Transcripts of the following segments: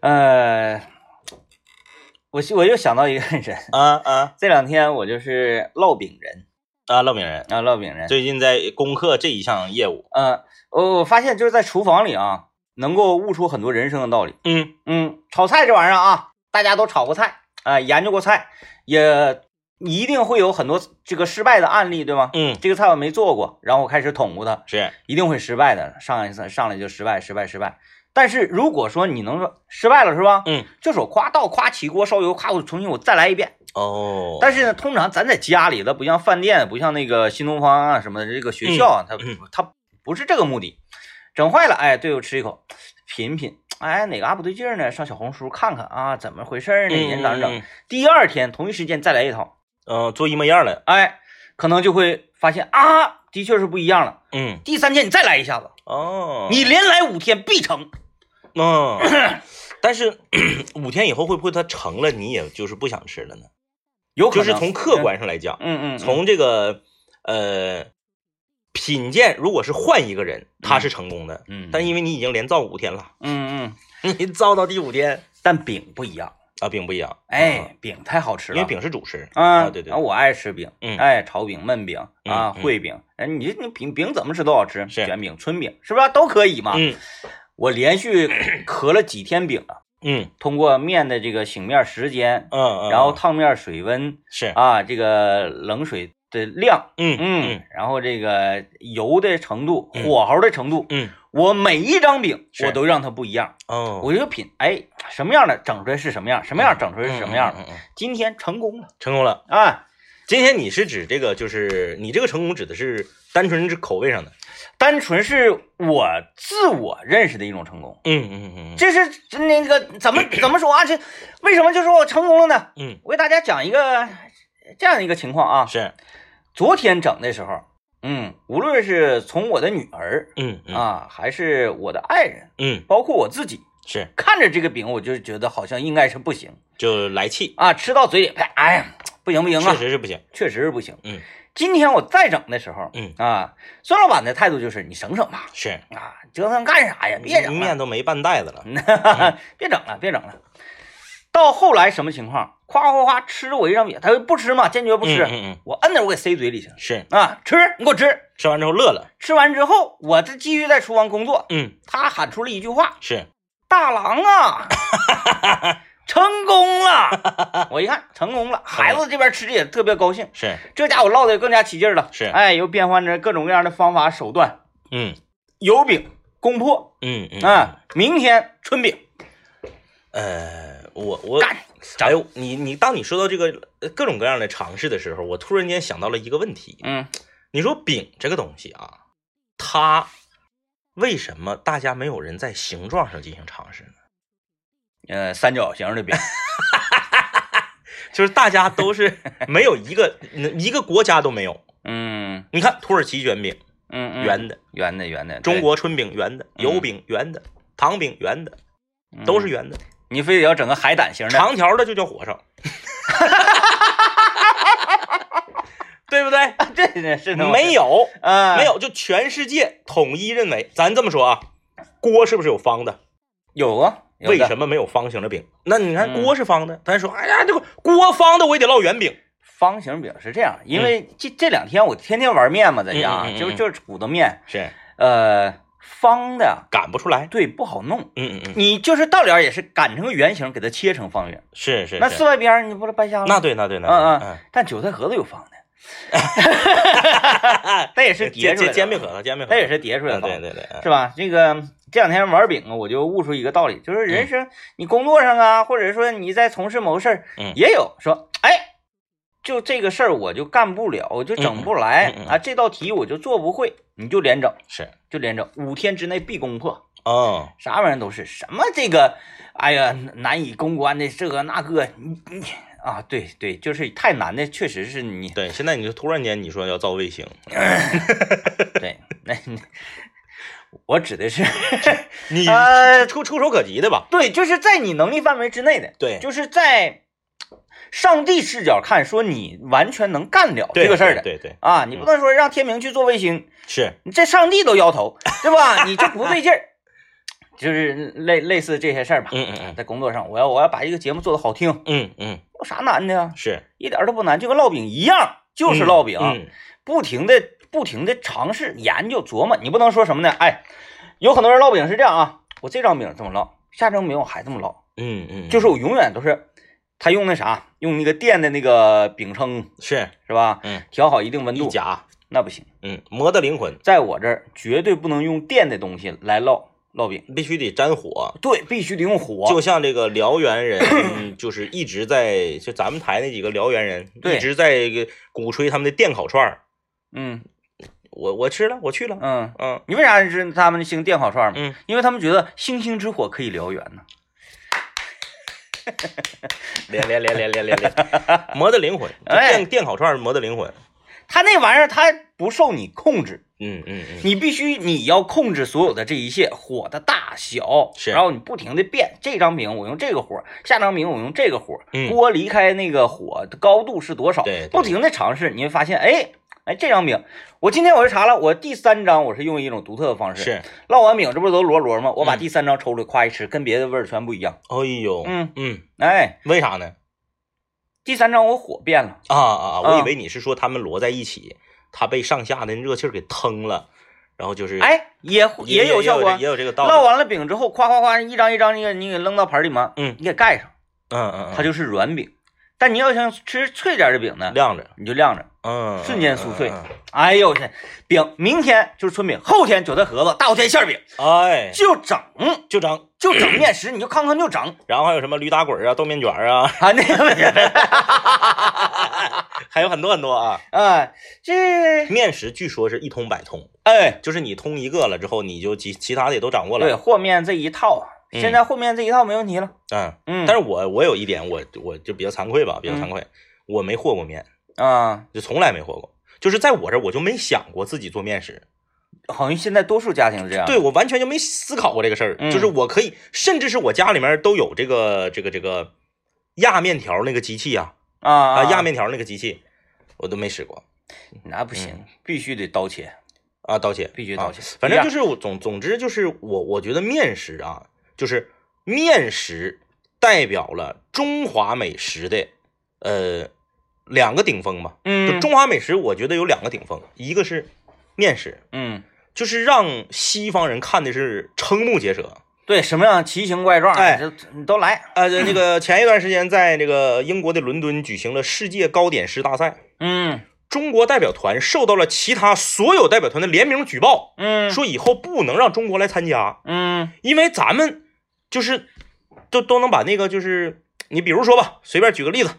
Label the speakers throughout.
Speaker 1: 呃，我是我又想到一个人，
Speaker 2: 啊啊
Speaker 1: 这两天我就是烙饼人
Speaker 2: 啊！烙饼人
Speaker 1: 啊，烙饼人。
Speaker 2: 最近在攻克这一项业务。
Speaker 1: 呃，我我发现就是在厨房里啊，能够悟出很多人生的道理。
Speaker 2: 嗯
Speaker 1: 嗯，炒菜这玩意儿啊，大家都炒过菜啊、研究过菜，也一定会有很多这个失败的案例，对吗？
Speaker 2: 嗯，
Speaker 1: 这个菜我没做过，然后我开始捅咕它，
Speaker 2: 是
Speaker 1: 一定会失败的。上一次上来就失败，失败，失败。但是如果说你能说失败了是吧？
Speaker 2: 嗯，
Speaker 1: 这手夸倒夸起锅烧油，夸我重新我再来一遍。
Speaker 2: 哦
Speaker 1: 但是呢，通常咱在家里，它不像饭店，不像那个新东方啊什么的，这个学校啊，它
Speaker 2: 嗯
Speaker 1: 它不是这个目的。整坏了，哎，对我吃一口，品品，哎，哪嘎不对劲儿呢？上小红书看看啊，怎么回事儿呢？人咋整？
Speaker 2: 嗯？
Speaker 1: 第二天同一时间再来一套，
Speaker 2: 嗯，做一模一样了。
Speaker 1: 哎，可能就会发现啊，的确是不一样了。
Speaker 2: 嗯
Speaker 1: 第三天你再来一下子，
Speaker 2: 哦，
Speaker 1: 你连来五天必成。
Speaker 2: 嗯，但是 五天以后会不会它成了，你也就是不想吃了呢？
Speaker 1: 有可
Speaker 2: 就
Speaker 1: 能
Speaker 2: 是从客，观上来讲，
Speaker 1: 嗯嗯，嗯
Speaker 2: 从这个呃品鉴，如果是换一个人，他是成功的，
Speaker 1: 嗯，
Speaker 2: 但因为你已经连造五天了，
Speaker 1: 嗯嗯，
Speaker 2: 你造到第五天
Speaker 1: 但饼不一样，
Speaker 2: 啊，饼不一样，啊，
Speaker 1: 哎，饼太好吃
Speaker 2: 因
Speaker 1: 了，
Speaker 2: 为饼是主食
Speaker 1: 啊，
Speaker 2: 对对
Speaker 1: 啊，
Speaker 2: 对，
Speaker 1: 我爱吃饼，
Speaker 2: 嗯
Speaker 1: 哎，炒饼、焖饼
Speaker 2: 嗯
Speaker 1: 啊，
Speaker 2: 嗯
Speaker 1: 烩饼，哎，你这你饼饼怎么吃都好吃，
Speaker 2: 是
Speaker 1: 卷饼、春饼是吧？都可以嘛。
Speaker 2: 嗯
Speaker 1: 我连 续咳了几天饼了，
Speaker 2: 嗯
Speaker 1: 通过面的这个醒面时间，
Speaker 2: 嗯嗯，
Speaker 1: 然后烫面水温
Speaker 2: 是
Speaker 1: 啊，这个冷水的量，
Speaker 2: 嗯
Speaker 1: 嗯，然后这个油的程度、
Speaker 2: 嗯
Speaker 1: 火候的程度，
Speaker 2: 嗯
Speaker 1: 我每一张饼
Speaker 2: 是
Speaker 1: 我都让它不一样，
Speaker 2: 哦，
Speaker 1: 我就品，哎，什么样的整出来是什么样，什么样整出来是什么样
Speaker 2: 嗯
Speaker 1: 的。
Speaker 2: 嗯嗯嗯
Speaker 1: 今天成功了
Speaker 2: 成功了。
Speaker 1: 啊！
Speaker 2: 今天你是指这个，就是你这个成功指的是单纯是口味上的，
Speaker 1: 单纯是我自我认识的一种成功。
Speaker 2: 嗯嗯嗯
Speaker 1: 这是这那个 怎么怎么说啊？这为什么就说我成功了呢？
Speaker 2: 嗯
Speaker 1: 我给大家讲一个这样一个情况啊
Speaker 2: 嗯，。是，
Speaker 1: 昨天整的时候，嗯，无论是从我的女儿
Speaker 2: 嗯嗯
Speaker 1: 啊，还是我的爱人，
Speaker 2: 嗯
Speaker 1: 包括我自己，
Speaker 2: 是，
Speaker 1: 看着这个饼，我就觉得好像应该是不行
Speaker 2: 就来气，
Speaker 1: 啊，吃到嘴里，哎哎呀，不行不行啊，
Speaker 2: 确实是不行，
Speaker 1: 确实是不行。
Speaker 2: 嗯，
Speaker 1: 今天我再整的时候，
Speaker 2: 嗯
Speaker 1: 啊，孙老板的态度就是你省省吧，
Speaker 2: 是
Speaker 1: 啊，折腾干啥呀？嗯别整了
Speaker 2: 面，都没半袋子了，
Speaker 1: 别整了，别整了。到后来什么情况？夸夸夸吃我一张饼，他就不吃嘛，坚决不吃。
Speaker 2: 嗯嗯嗯
Speaker 1: 我摁那儿我给塞嘴里去了
Speaker 2: 是
Speaker 1: 啊，吃，你给我吃。
Speaker 2: 吃完之后乐了，
Speaker 1: 吃完之后，我再继续在厨房工作。
Speaker 2: 嗯
Speaker 1: 他喊出了一句话
Speaker 2: 是，：“
Speaker 1: 大郎 啊，成功了！”我一看成功了，孩子这边吃的也特别高兴，
Speaker 2: 是，
Speaker 1: 这家伙唠的更加起劲儿了。
Speaker 2: 是
Speaker 1: 哎，又变换着各种各样的方法手段，
Speaker 2: 嗯
Speaker 1: 油饼、攻破
Speaker 2: 嗯嗯，
Speaker 1: 啊，明天春饼
Speaker 2: 呃，我我，
Speaker 1: 干。
Speaker 2: 哎呦，你你当你说到这个呃各种各样的尝试的时候，我突然间想到了一个问题，
Speaker 1: 嗯
Speaker 2: 你说饼这个东西啊，它为什么大家没有人在形状上进行尝试呢？
Speaker 1: 呃，三角形的饼。
Speaker 2: 就是大家 都是没有一个嗯一个国家都没有。
Speaker 1: 嗯
Speaker 2: 你看土耳其卷饼
Speaker 1: 嗯嗯，
Speaker 2: 圆的，
Speaker 1: 圆的圆的，
Speaker 2: 中
Speaker 1: 对
Speaker 2: 国春饼圆的，油饼圆的，糖饼圆的，都是
Speaker 1: 嗯
Speaker 2: 圆的，
Speaker 1: 你非得要整个海胆型的，
Speaker 2: 长条的就叫火烧， 对不对？
Speaker 1: 这这是那么
Speaker 2: 没有，
Speaker 1: 啊，
Speaker 2: 没有，就全世界统一认为，咱这么说啊，锅是不是有方的？
Speaker 1: 有啊，有
Speaker 2: 为
Speaker 1: 的
Speaker 2: 什么没有方形的饼？那你看
Speaker 1: 嗯
Speaker 2: 锅是方的，咱说，哎呀，这个锅方的我也得烙圆饼，
Speaker 1: 方形饼是这样？因为这这两天我天天玩面嘛，在
Speaker 2: 嗯嗯
Speaker 1: 家啊
Speaker 2: 嗯
Speaker 1: 就
Speaker 2: 嗯
Speaker 1: 就是鼓捣面，
Speaker 2: 是
Speaker 1: 呃，方的
Speaker 2: 擀不出来。
Speaker 1: 对不好弄，
Speaker 2: 嗯嗯嗯，
Speaker 1: 你就是到了也是擀成个圆形，给它切成方圆，
Speaker 2: 是是
Speaker 1: 那
Speaker 2: 是
Speaker 1: 四外边儿你不是白瞎了？
Speaker 2: 那对那对那
Speaker 1: 嗯
Speaker 2: 对，嗯。
Speaker 1: 但韭菜盒子有方的， 那也是叠
Speaker 2: 嗯呃煎
Speaker 1: 出来
Speaker 2: 煎
Speaker 1: 的
Speaker 2: 煎饼盒，子，煎饼盒
Speaker 1: 那
Speaker 2: 子，
Speaker 1: 也是叠出来的
Speaker 2: 嗯
Speaker 1: 方
Speaker 2: 对
Speaker 1: 的。
Speaker 2: 对对，嗯
Speaker 1: 是吧？这个这两天玩饼啊，我就悟出一个道理，就是人生你工作上啊，或者说你在从事某事儿，
Speaker 2: 嗯
Speaker 1: 也有说，哎，就这个事儿我就干不了，我就整不来、
Speaker 2: 嗯嗯嗯嗯
Speaker 1: 啊，这道题我就做不会，你就连整，
Speaker 2: 是，
Speaker 1: 就连整，五天之内必攻破，
Speaker 2: 哦，
Speaker 1: 啥玩意儿都是什么这个，哎呀，难以攻关的这个那个，你你啊，对对，就是太难的，确实是你
Speaker 2: 对，现在你就突然间你说要造卫星，
Speaker 1: 对， 那你我指的是，
Speaker 2: 你
Speaker 1: 呃，
Speaker 2: 触触手可及的吧？
Speaker 1: 对，就是在你能力范围之内的。
Speaker 2: 对，
Speaker 1: 就是在上帝视角看，说你完全能干了
Speaker 2: 对
Speaker 1: 这个事儿的
Speaker 2: 对对嗯对，
Speaker 1: 啊，你不能说让天明去做卫星，
Speaker 2: 是，
Speaker 1: 你这上帝都摇头，对吧？你这不对劲儿。就是类类似这些事儿吧。
Speaker 2: 嗯嗯
Speaker 1: 在工作上，我要我要把一个节目做得好听，
Speaker 2: 嗯嗯嗯，
Speaker 1: 有啥难的呀？
Speaker 2: 是，
Speaker 1: 一点儿都不难，就跟烙饼一样，就是烙饼，啊
Speaker 2: 嗯
Speaker 1: 不停的不停的尝试、研究、琢磨。你不能说什么呢？哎，有很多人烙饼是这样啊，我这张饼这么烙，下张饼我还这么烙，
Speaker 2: 嗯嗯，
Speaker 1: 就是我永远都是他用那啥，用那个电的那个饼铛
Speaker 2: 是
Speaker 1: 是吧？
Speaker 2: 嗯，
Speaker 1: 调好一定温
Speaker 2: 一
Speaker 1: 度，
Speaker 2: 夹，
Speaker 1: 那不行，
Speaker 2: 嗯，磨的灵魂
Speaker 1: 在我这儿绝对不能用电的东西来烙烙饼，
Speaker 2: 必须得沾火，
Speaker 1: 对，必须得用火，
Speaker 2: 就像这个辽源人， 嗯就是一直在就咱们台那几个辽源人，
Speaker 1: 对
Speaker 2: 一直在鼓吹他们的电烤串儿，
Speaker 1: 嗯
Speaker 2: 我我吃了，我去了，
Speaker 1: 嗯。
Speaker 2: 嗯，
Speaker 1: 你为啥是他们兴电烤串嘛？
Speaker 2: 嗯，
Speaker 1: 因为他们觉得星星之火可以燎原呢。
Speaker 2: 连连连连连连连，磨的灵魂，就
Speaker 1: 哎
Speaker 2: 电电烤串儿磨的灵魂，
Speaker 1: 他那玩意儿他不受你控制，
Speaker 2: 嗯嗯嗯，
Speaker 1: 你必须你要控制所有的这一切火的大小，
Speaker 2: 是
Speaker 1: 然后你不停的变，这张饼我用这个火，下张饼我用这个火，
Speaker 2: 嗯
Speaker 1: 锅离开那个火的高度是多少，
Speaker 2: 对对
Speaker 1: 不停的尝试，你会发现，哎哎，这张饼，我今天我是查了，我第三张我是用一种独特的方式，
Speaker 2: 是，哎
Speaker 1: 烙完饼这不是都摞摞吗？我把
Speaker 2: 嗯
Speaker 1: 第三张抽出来，夸一吃，跟别的味儿全不一样，
Speaker 2: 哎呦，
Speaker 1: 嗯
Speaker 2: 嗯，
Speaker 1: 哎，
Speaker 2: 为啥呢？
Speaker 1: 第三张我火变了，
Speaker 2: 啊啊！啊！我
Speaker 1: 啊
Speaker 2: 以为你是说他们摞在一起，它被上下的热气儿给腾了，然后就是
Speaker 1: 哎，也会
Speaker 2: 也
Speaker 1: 有效果啊
Speaker 2: 也，有这个道
Speaker 1: 烙
Speaker 2: 理。
Speaker 1: 完了饼之后，夸夸夸，一张一张你给你给扔到盆里嘛，
Speaker 2: 嗯
Speaker 1: 你给盖上。
Speaker 2: 嗯嗯，
Speaker 1: 它就是软饼。但你要想吃脆点儿的饼呢，
Speaker 2: 亮着，
Speaker 1: 你就晾着。
Speaker 2: 嗯，
Speaker 1: 瞬间酥脆
Speaker 2: 嗯嗯
Speaker 1: 哎呦我天，饼明天就是春饼，后天韭菜盒子，大后天馅儿饼，
Speaker 2: 嗯哎，
Speaker 1: 就整
Speaker 2: 就整。
Speaker 1: 就整面食，你就康康 就整
Speaker 2: 然后还有什么驴打滚儿啊、豆面卷儿啊，
Speaker 1: 啊！那个
Speaker 2: 还有很多很多啊。
Speaker 1: 啊，这
Speaker 2: 面食据说是一通百通，
Speaker 1: 哎，
Speaker 2: 就是你通一个了之后，你就其其他的也都掌握
Speaker 1: 对
Speaker 2: 了。
Speaker 1: 和面这一套啊，
Speaker 2: 嗯
Speaker 1: 现在和面这一套没问题了。
Speaker 2: 嗯，
Speaker 1: 嗯，
Speaker 2: 但是我我有一点，我我就比较惭愧吧，比较惭
Speaker 1: 嗯
Speaker 2: 愧，我没和过面，
Speaker 1: 是啊，
Speaker 2: 就从来没和过。就是在我这儿，我就没想过自己做面食。
Speaker 1: 好像现在多数家庭是这样。
Speaker 2: 对，我完全就没思考过这个事儿，
Speaker 1: 啊嗯
Speaker 2: 就是我可以，甚至是我家里面都有这个这个这个压面条那个机器啊，
Speaker 1: 啊啊
Speaker 2: 啊，压面条那个机器，我都没使过
Speaker 1: 那不行，必须得刀切，
Speaker 2: 啊，刀切，
Speaker 1: 必须刀
Speaker 2: 嗯啊
Speaker 1: 切。
Speaker 2: 反正就是是我总总之就是我我觉得面食啊，就是面食代表了中华美食的呃两个顶峰吧，就
Speaker 1: 嗯
Speaker 2: 中华美食我觉得有两个顶峰，一个是面食，
Speaker 1: 嗯，
Speaker 2: 就是让西方人看的是瞠目结舌。
Speaker 1: 对，什么样奇形怪状，
Speaker 2: 哎
Speaker 1: 这你都来。
Speaker 2: 呃，这个前一段时间在这个英国的伦敦举行了世界糕点师大赛，
Speaker 1: 嗯
Speaker 2: 中国代表团受到了其他所有代表团的联名举报，
Speaker 1: 嗯
Speaker 2: 说以后不能让中国来参加，
Speaker 1: 嗯
Speaker 2: 因为咱们就是都都能把那个就是你比如说吧，随便举个例子，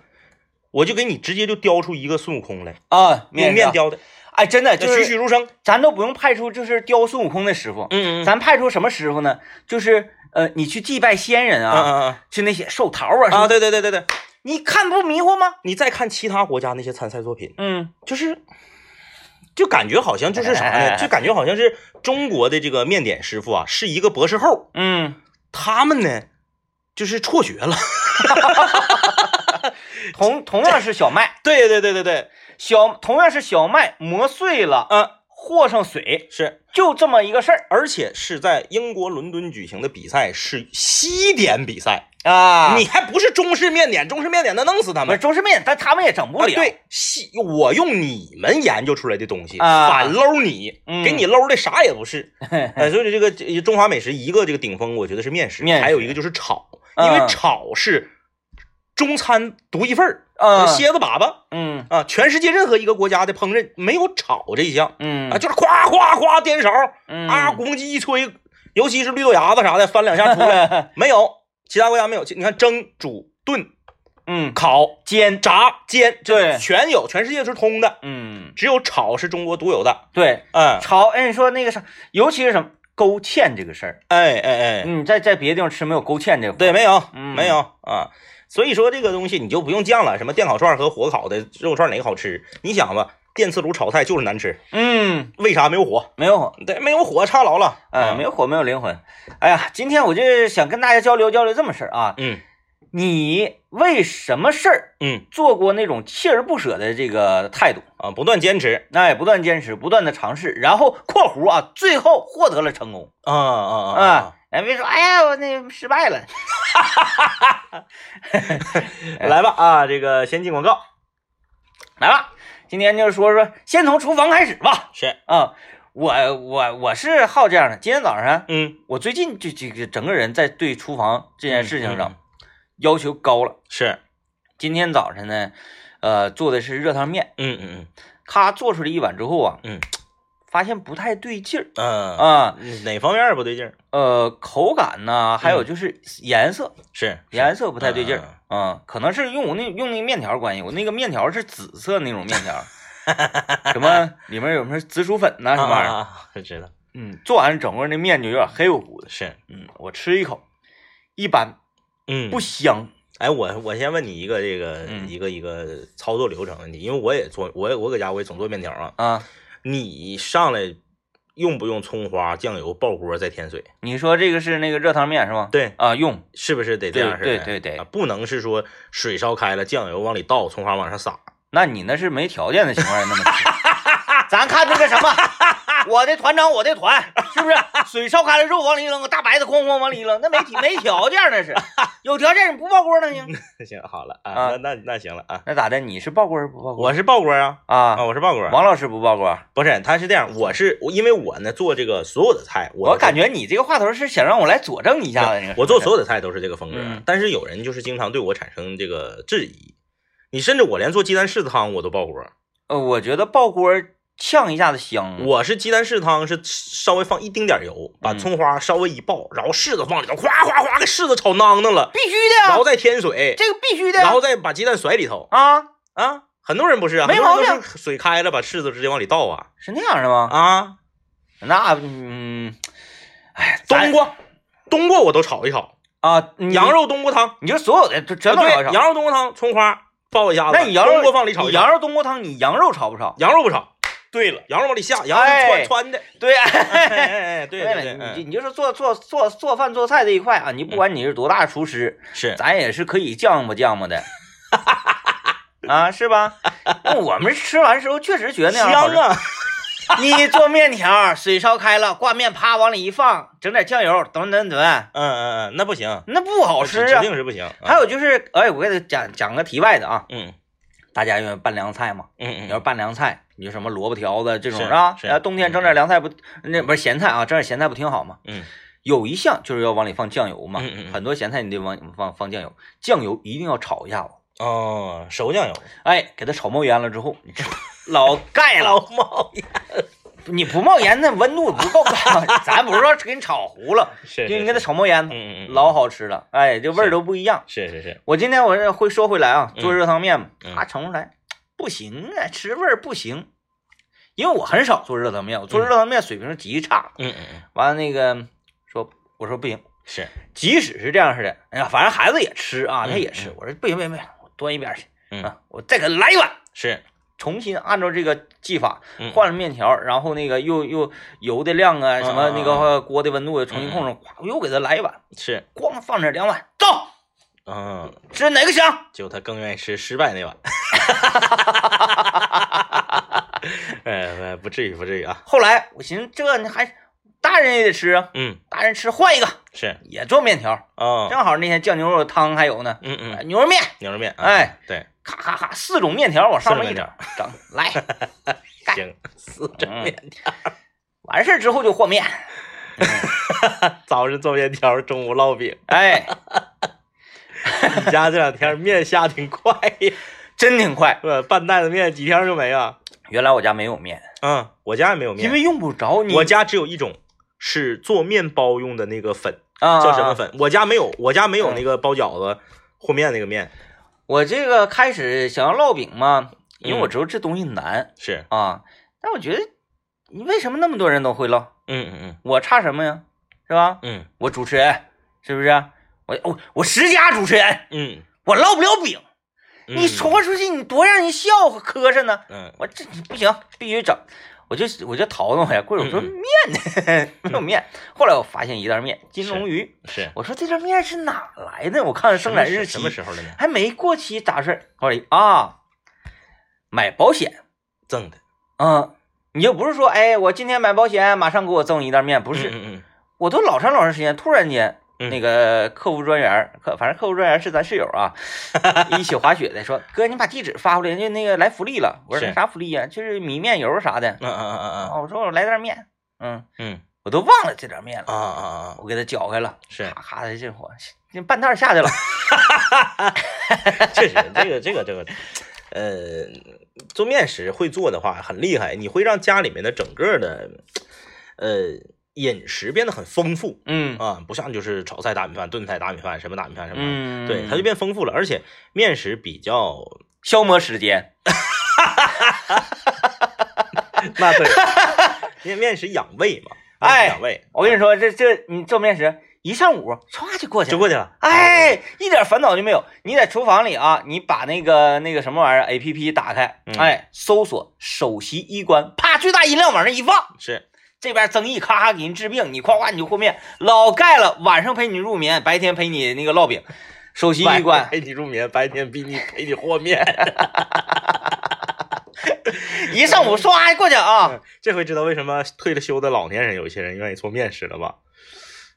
Speaker 2: 我就给你直接就雕出一个孙悟空来，
Speaker 1: 啊，
Speaker 2: 用
Speaker 1: 条。
Speaker 2: 面雕的，
Speaker 1: 哎，真的就
Speaker 2: 栩栩
Speaker 1: 是
Speaker 2: 如生。
Speaker 1: 咱都不用派出就是雕孙悟空的师傅，
Speaker 2: 嗯嗯
Speaker 1: 咱派出什么师傅呢？就是呃，你去祭拜先人
Speaker 2: 嗯
Speaker 1: 啊，
Speaker 2: 嗯
Speaker 1: 就那些寿桃啊
Speaker 2: 嗯
Speaker 1: 什
Speaker 2: 啊，
Speaker 1: 么的，
Speaker 2: 对对对对对，
Speaker 1: 你看不迷糊吗？
Speaker 2: 你再看其他国家那些参赛作品，
Speaker 1: 嗯
Speaker 2: 就是，就感觉好像就是啥
Speaker 1: 哎哎
Speaker 2: 呢？
Speaker 1: 哎
Speaker 2: 就感觉好像是中国的这个面点师傅啊，是一个博士后，
Speaker 1: 嗯，
Speaker 2: 他们呢就是辍学了。
Speaker 1: 同同样是小麦，
Speaker 2: 对对对对对，
Speaker 1: 小同样是小麦磨碎了，
Speaker 2: 啊，
Speaker 1: 和上水，
Speaker 2: 是，
Speaker 1: 就这么一个事儿
Speaker 2: 而且是在英国伦敦举行的比赛是西点比赛，
Speaker 1: 啊
Speaker 2: 你
Speaker 1: 你
Speaker 2: 还不是中式面点，中式面点那弄死他
Speaker 1: 不是
Speaker 2: 们。
Speaker 1: 中式面，但他们也整不
Speaker 2: 啊
Speaker 1: 了。，
Speaker 2: 对，西我用你们研究出来的东西
Speaker 1: 啊
Speaker 2: 反搂你，
Speaker 1: 嗯
Speaker 2: 给你搂的啥也 不是。哎，所以这个这中华美食一个这个顶峰，我觉得是面食，
Speaker 1: 面食
Speaker 2: 还有一个就是炒，因
Speaker 1: 嗯
Speaker 2: 为炒是中餐独一份儿，
Speaker 1: 嗯
Speaker 2: 蝎子粑粑
Speaker 1: 嗯
Speaker 2: 啊，全世界任何一个国家的烹饪没有炒这一项
Speaker 1: 嗯
Speaker 2: 啊，就是夸夸夸颠勺
Speaker 1: 嗯
Speaker 2: 啊，鼓风机一吹，尤其是绿豆芽子啥的，翻两下 出来没有，其他国家没有。你看蒸、煮、炖、
Speaker 1: 嗯
Speaker 2: 烤、煎、炸、煎，这
Speaker 1: 对
Speaker 2: 全有，全世界是通的，
Speaker 1: 嗯，
Speaker 2: 只有炒是中国独有的。
Speaker 1: 对，
Speaker 2: 嗯，
Speaker 1: 炒哎，你说那个啥，尤其是什么勾芡这个事儿，
Speaker 2: 哎哎哎，
Speaker 1: 嗯，在在别的地方吃没有勾芡这个。
Speaker 2: 对，没有，
Speaker 1: 嗯
Speaker 2: 没有啊。所以说这个东西你就不用犟了，什么电烤串和火烤的肉串哪个好吃？你想吧，电磁炉炒菜就是难吃，
Speaker 1: 嗯，
Speaker 2: 为啥？没有火，
Speaker 1: 没有，
Speaker 2: 对，没有火差牢了。
Speaker 1: 哎，没有火，没有灵魂。哎呀，今天我就想跟大家交流交流这么事儿啊，
Speaker 2: 嗯
Speaker 1: 你为什么事儿
Speaker 2: 嗯
Speaker 1: 做过那种锲而不舍的这个态度？
Speaker 2: 啊，不断坚持
Speaker 1: 那也不断坚持，不断的尝试，然后（括弧啊）最后获得了成功
Speaker 2: 啊啊
Speaker 1: 啊！哎，别说，哎呀，我那失败了。
Speaker 2: 来吧啊，这个先进广告
Speaker 1: 来吧，今天就说说，先从厨房开始吧。
Speaker 2: 是，
Speaker 1: 啊，我我我是好这样的。今天早上，
Speaker 2: 嗯，
Speaker 1: 我最近就这个整个人在对厨房这件事情
Speaker 2: 嗯
Speaker 1: 上要求高了。
Speaker 2: 是，
Speaker 1: 今天早晨呢，呃，做的是热汤面，
Speaker 2: 嗯嗯
Speaker 1: 咔做出来一碗之后啊，
Speaker 2: 嗯，
Speaker 1: 发现不太对劲儿
Speaker 2: 嗯嗯
Speaker 1: 啊，
Speaker 2: 哪方面儿不对劲儿？
Speaker 1: 呃，口感呢，还有
Speaker 2: 嗯
Speaker 1: 就是颜色，
Speaker 2: 是
Speaker 1: 颜色不太对劲儿
Speaker 2: 嗯，
Speaker 1: 嗯，可能是用我那用那个面条关系，我那个面条是紫色那种面条， 什么里面有什么紫薯粉呐、什么玩意儿，
Speaker 2: 啊？是知道，
Speaker 1: 嗯，做完整个那面就有点黑乎乎的，
Speaker 2: 是，
Speaker 1: 嗯，我吃一口，一般
Speaker 2: 嗯，
Speaker 1: 不香，
Speaker 2: 哎，我我先问你一个这个、
Speaker 1: 嗯
Speaker 2: 一个一个操作流程问题，因为我也做，我也我搁家我也总做面条啊。
Speaker 1: 啊，
Speaker 2: 你上来用不用葱花、酱油爆锅再添水？
Speaker 1: 你说这个是那个热汤面是吗？
Speaker 2: 对，
Speaker 1: 啊，用
Speaker 2: 是不是得这样式
Speaker 1: 对
Speaker 2: 的
Speaker 1: 对对对
Speaker 2: 啊不能是说水烧开了，酱油往里倒，葱花往上撒。
Speaker 1: 那你那是没条件的情况下那么吃。咱看那个什么，我的团长，我的团，是不是？水烧开了，肉往里一扔，大白菜哐哐往里一扔，那没没条件那是。有条件你不爆锅能行？
Speaker 2: 行，好了啊，
Speaker 1: 啊
Speaker 2: 那那那行了啊，
Speaker 1: 那咋的？你是爆锅儿不爆锅儿？
Speaker 2: 我是爆锅啊啊，
Speaker 1: 啊，
Speaker 2: 我是爆锅。
Speaker 1: 王老师不爆锅儿。
Speaker 2: 不是，他是这样，我是我因为我呢做这个所有的菜，我
Speaker 1: 我
Speaker 2: 我
Speaker 1: 感觉你这个话头是想让我来佐证一下子。
Speaker 2: 我做所有的菜都是这个风格，
Speaker 1: 嗯
Speaker 2: 但是有人就是经常对我产生这个质疑。你甚至我连做鸡蛋柿子汤我都爆火，
Speaker 1: 呃，我觉得爆锅儿呛一下子香。
Speaker 2: 我是鸡蛋柿子汤是稍微放一丁点儿油，把
Speaker 1: 嗯
Speaker 2: 葱花稍微一爆，然后柿子放里头，哗哗哗给柿子炒囊囊了，
Speaker 1: 必须的
Speaker 2: 然
Speaker 1: 呀
Speaker 2: 后，再添水，
Speaker 1: 这个必须的呀。
Speaker 2: 然后再把鸡蛋甩里头
Speaker 1: 啊，
Speaker 2: 啊。很多人不是啊，
Speaker 1: 没
Speaker 2: 很多人
Speaker 1: 毛
Speaker 2: 都是水开了把柿子直接往里倒啊
Speaker 1: 是那样的吗？
Speaker 2: 啊，
Speaker 1: 那嗯，哎，咱
Speaker 2: 冬瓜，冬瓜我都炒一炒，
Speaker 1: 啊，你
Speaker 2: 羊肉冬瓜汤。啊
Speaker 1: 你就所有的就全都
Speaker 2: 对
Speaker 1: 炒一炒。
Speaker 2: 羊肉冬瓜汤，葱花爆一下子，
Speaker 1: 那你羊肉
Speaker 2: 冬瓜放里炒
Speaker 1: 你
Speaker 2: 一
Speaker 1: 羊
Speaker 2: 炒，
Speaker 1: 肉冬瓜汤，你羊肉炒不炒？
Speaker 2: 羊肉不炒，
Speaker 1: 对了，
Speaker 2: 羊肉往里下，羊肉
Speaker 1: 哎
Speaker 2: 穿穿的，
Speaker 1: 对，
Speaker 2: 哎哎哎，对
Speaker 1: 了，
Speaker 2: 对
Speaker 1: 你
Speaker 2: 对，
Speaker 1: 你就说做做做做饭做菜这一块啊，你不管你是多大厨师，
Speaker 2: 是
Speaker 1: 咱也是可以降吧降 吧的，啊，是吧？那我们吃完时候确实觉得那样好
Speaker 2: 香
Speaker 1: 吃！
Speaker 2: 啊，
Speaker 1: 你做面条，水烧开了，挂面啪往里一放，整点酱油，等等等，
Speaker 2: 嗯嗯嗯，那不行，
Speaker 1: 那不好吃
Speaker 2: 指
Speaker 1: 啊。
Speaker 2: 定是不行。嗯
Speaker 1: 还有就是，哎，我给他讲讲个题外的啊，
Speaker 2: 嗯
Speaker 1: 大家愿意拌凉菜吗？
Speaker 2: 嗯
Speaker 1: 你要
Speaker 2: 嗯，
Speaker 1: 拌凉菜，你就什么萝卜条子这种
Speaker 2: 是
Speaker 1: 吧？
Speaker 2: 是
Speaker 1: 啊，冬天整点凉菜不，那不是咸菜啊，整点咸菜不挺好吗？
Speaker 2: 嗯，
Speaker 1: 有一项就是要往里放酱油嘛，
Speaker 2: 嗯嗯嗯
Speaker 1: 很多咸菜你得往放放酱油，酱油一定要炒一下子，
Speaker 2: 哦，熟酱油，
Speaker 1: 哎，给它炒冒烟了之后，你 吃老盖了，
Speaker 2: 冒烟，
Speaker 1: 你不冒烟那温度不够高， 咱不是说给你炒糊 了，
Speaker 2: 是，
Speaker 1: 就 你
Speaker 2: 是
Speaker 1: 给它，炒冒烟
Speaker 2: 是，嗯嗯嗯，
Speaker 1: 老好吃了，哎，这味儿
Speaker 2: 是
Speaker 1: 都不一样。
Speaker 2: 是是是，
Speaker 1: 我今天我这会说回来啊，
Speaker 2: 嗯
Speaker 1: 做热汤面嘛，
Speaker 2: 嗯
Speaker 1: 它盛出来不行啊，吃味儿不行。因为我很少做热汤面，我做热汤面水平极差。
Speaker 2: 嗯嗯嗯，
Speaker 1: 完了那个说，我说不行，
Speaker 2: 是，
Speaker 1: 即使是这样似的，哎呀，反正孩子也吃啊，
Speaker 2: 嗯
Speaker 1: 他也吃。我说不行不行不行，我端一边去
Speaker 2: 嗯
Speaker 1: 啊，我再给他来一碗。
Speaker 2: 是，
Speaker 1: 重新按照这个技法
Speaker 2: 嗯
Speaker 1: 换了面条，然后那个又又油的量啊，什么
Speaker 2: 嗯嗯嗯
Speaker 1: 那个锅的温度啊重新控制，咵、我又给他来一碗，
Speaker 2: 是，
Speaker 1: 咣放这两碗，走，
Speaker 2: 嗯，
Speaker 1: 吃哪个香？
Speaker 2: 就他更愿意吃失败那碗。 哎，不至于，不至于啊。
Speaker 1: 后来我寻思，这你还大人也得吃啊，
Speaker 2: 嗯，
Speaker 1: 大人吃换一个，
Speaker 2: 是啊
Speaker 1: 也做面条，，
Speaker 2: 哦
Speaker 1: 正好那天酱牛肉汤还有呢，
Speaker 2: 嗯
Speaker 1: 呃
Speaker 2: 嗯，
Speaker 1: 牛肉面，
Speaker 2: 牛肉面，啊，
Speaker 1: 哎，
Speaker 2: 对，
Speaker 1: 咔咔咔，四种面条往上面一
Speaker 2: 四种
Speaker 1: 整
Speaker 2: 面，
Speaker 1: 整来 盖
Speaker 2: 行，嗯四
Speaker 1: 整面条，完事儿之后就 和面，
Speaker 2: 早上做面条，中午烙饼。
Speaker 1: 哎，
Speaker 2: 你家这两天面下挺快呀，
Speaker 1: 真挺快。
Speaker 2: 呃，半袋子面几天就没啊。
Speaker 1: 原来我家没有面，
Speaker 2: 嗯，我家也没有面，
Speaker 1: 因为用不着你，
Speaker 2: 我家只有一种是做面包用的那个粉，
Speaker 1: 啊
Speaker 2: 叫什么？粉？我家没有，我家没有
Speaker 1: 嗯
Speaker 2: 那个包饺子和面那个面，
Speaker 1: 我这个开始想要烙饼嘛，因为
Speaker 2: 嗯
Speaker 1: 我知道这东西难
Speaker 2: 是，
Speaker 1: 啊，但我觉得你为什么那么多人都会烙？
Speaker 2: 嗯嗯
Speaker 1: 我差什么呀？是吧？
Speaker 2: 嗯
Speaker 1: 我主持人，是不是？我我我十佳主持人，
Speaker 2: 嗯
Speaker 1: 我烙不了饼。
Speaker 2: 嗯，
Speaker 1: 你说出去，你多让人笑话磕碜呢。
Speaker 2: 嗯，
Speaker 1: 我这不行，必须整。我就我就淘弄呀，过会儿我说
Speaker 2: 嗯
Speaker 1: 面呢，没有面。 后来我发现一袋面，金龙鱼。
Speaker 2: 是
Speaker 1: 我说这袋面是哪来的？我看生产日期
Speaker 2: 什么时候的面？
Speaker 1: 还没过期，咋事儿？后来一啊，买保险
Speaker 2: 赠的，
Speaker 1: 啊、嗯，你又不是说哎，我今天买保险，马上给我赠一袋面，不
Speaker 2: 不
Speaker 1: 是，
Speaker 2: 嗯嗯
Speaker 1: 我都老长老长时间，突然间
Speaker 2: 嗯
Speaker 1: 那个客服专员儿，客反正客服专员儿是咱室友 啊，一起滑雪的说哥，你把地址发过来，就那个来福利了。我说
Speaker 2: 是
Speaker 1: 那啥福利呀、就是米面油啥的。
Speaker 2: 嗯嗯嗯嗯
Speaker 1: 啊，我说我来袋面，嗯，
Speaker 2: 嗯
Speaker 1: 我都忘了这点面
Speaker 2: 啊
Speaker 1: 了，
Speaker 2: 啊啊，
Speaker 1: 我给它搅开了，
Speaker 2: 是
Speaker 1: 咔咔的这火，这半袋儿下去 了。
Speaker 2: 确实，这个这个这个，呃，做面食会做的话很厉害，你会让家里面的整个的呃饮食变得很丰富
Speaker 1: 嗯
Speaker 2: 啊，不像就是炒菜打米饭、炖菜打米饭、什么打米饭什么的，
Speaker 1: 嗯，
Speaker 2: 对，它就变丰富了，而且面食 比较
Speaker 1: 消磨时间。
Speaker 2: 那对，因为 面食养胃嘛，啊
Speaker 1: 哎
Speaker 2: 面食养胃
Speaker 1: 我跟你说，这这你做面食一上午歘就过去
Speaker 2: 就
Speaker 1: 了。
Speaker 2: 过去了，
Speaker 1: 哎，一点烦恼就没有。你在厨房里啊，你把那个那个什么玩意儿 A P P 打开，
Speaker 2: 嗯
Speaker 1: 哎，搜索首席医官，啪，最大音量往那一放，
Speaker 2: 是
Speaker 1: 这边增益，咔咔给人治病，你夸夸你就和面，老盖了，晚上陪你入眠，白天陪你那个烙饼，首席医官
Speaker 2: 陪你入眠，白天逼你陪你和面，
Speaker 1: 一上午唰过去啊，
Speaker 2: 这回知道为什么退了休的老年人有一些人愿意做面食了吧？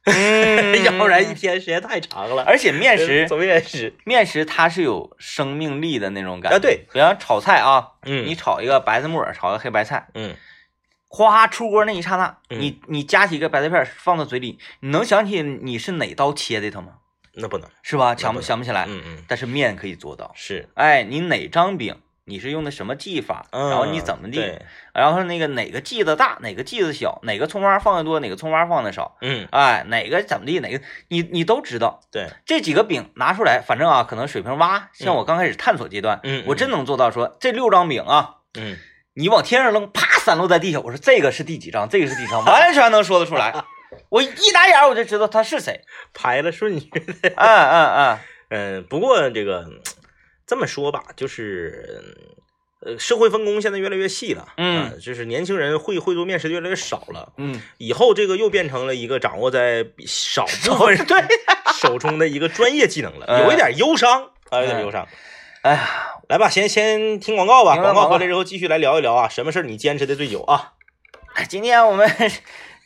Speaker 1: 嗯
Speaker 2: 要不然一天时间太长了。
Speaker 1: 而且面食
Speaker 2: 做面食
Speaker 1: 面食它是有生命力的那种 感觉，
Speaker 2: 啊，，对，
Speaker 1: 比方炒菜啊，
Speaker 2: 嗯
Speaker 1: 你炒一个白菜木耳，炒个黑白菜。
Speaker 2: 嗯
Speaker 1: 哗出锅那一刹那，
Speaker 2: 嗯
Speaker 1: 你你夹起一个白菜片儿放到嘴里，你能想起你是哪刀切的它吗？
Speaker 2: 那不能，
Speaker 1: 是吧？想
Speaker 2: 不
Speaker 1: 不
Speaker 2: 能
Speaker 1: 想不起来？
Speaker 2: 嗯嗯
Speaker 1: 但是面可以做到。
Speaker 2: 是，
Speaker 1: 哎，你哪张饼？你是用的什么技法？
Speaker 2: 嗯，
Speaker 1: 然后你怎么地？
Speaker 2: 对，
Speaker 1: 然后那个哪个剂子大，哪个剂子小，哪个葱花放的多，哪个葱花放的少？
Speaker 2: 嗯
Speaker 1: 哎，哪个怎么地？哪个你你都知道。
Speaker 2: 对，
Speaker 1: 这几个饼拿出来，反正啊，可能水平洼。像我刚开始探索阶段，
Speaker 2: 嗯嗯嗯
Speaker 1: 我真能做到说这六张饼啊，
Speaker 2: 嗯
Speaker 1: 你往天上扔，啪散落在地下。我说这个是第几章，这个是第几章，完全能说得出来。我一打眼儿我就知道他是谁。
Speaker 2: 排了顺序。
Speaker 1: 嗯嗯
Speaker 2: 嗯，不过这个这么说吧，就是呃，社会分工现在越来越细了，
Speaker 1: 嗯
Speaker 2: 啊就是年轻人会会做面食的越来越少了，
Speaker 1: 嗯
Speaker 2: 以后这个又变成了一个掌握在比少部分
Speaker 1: 嗯，对。
Speaker 2: 手中的一个专业技能了，
Speaker 1: 嗯
Speaker 2: 有一点忧伤啊，有点忧伤。
Speaker 1: 哎呀，
Speaker 2: 来吧，先先听广告吧，
Speaker 1: 听完
Speaker 2: 广告
Speaker 1: 广告
Speaker 2: 回来之后继续来聊一聊啊，什么事儿你坚持的最久啊？
Speaker 1: 哎今天我们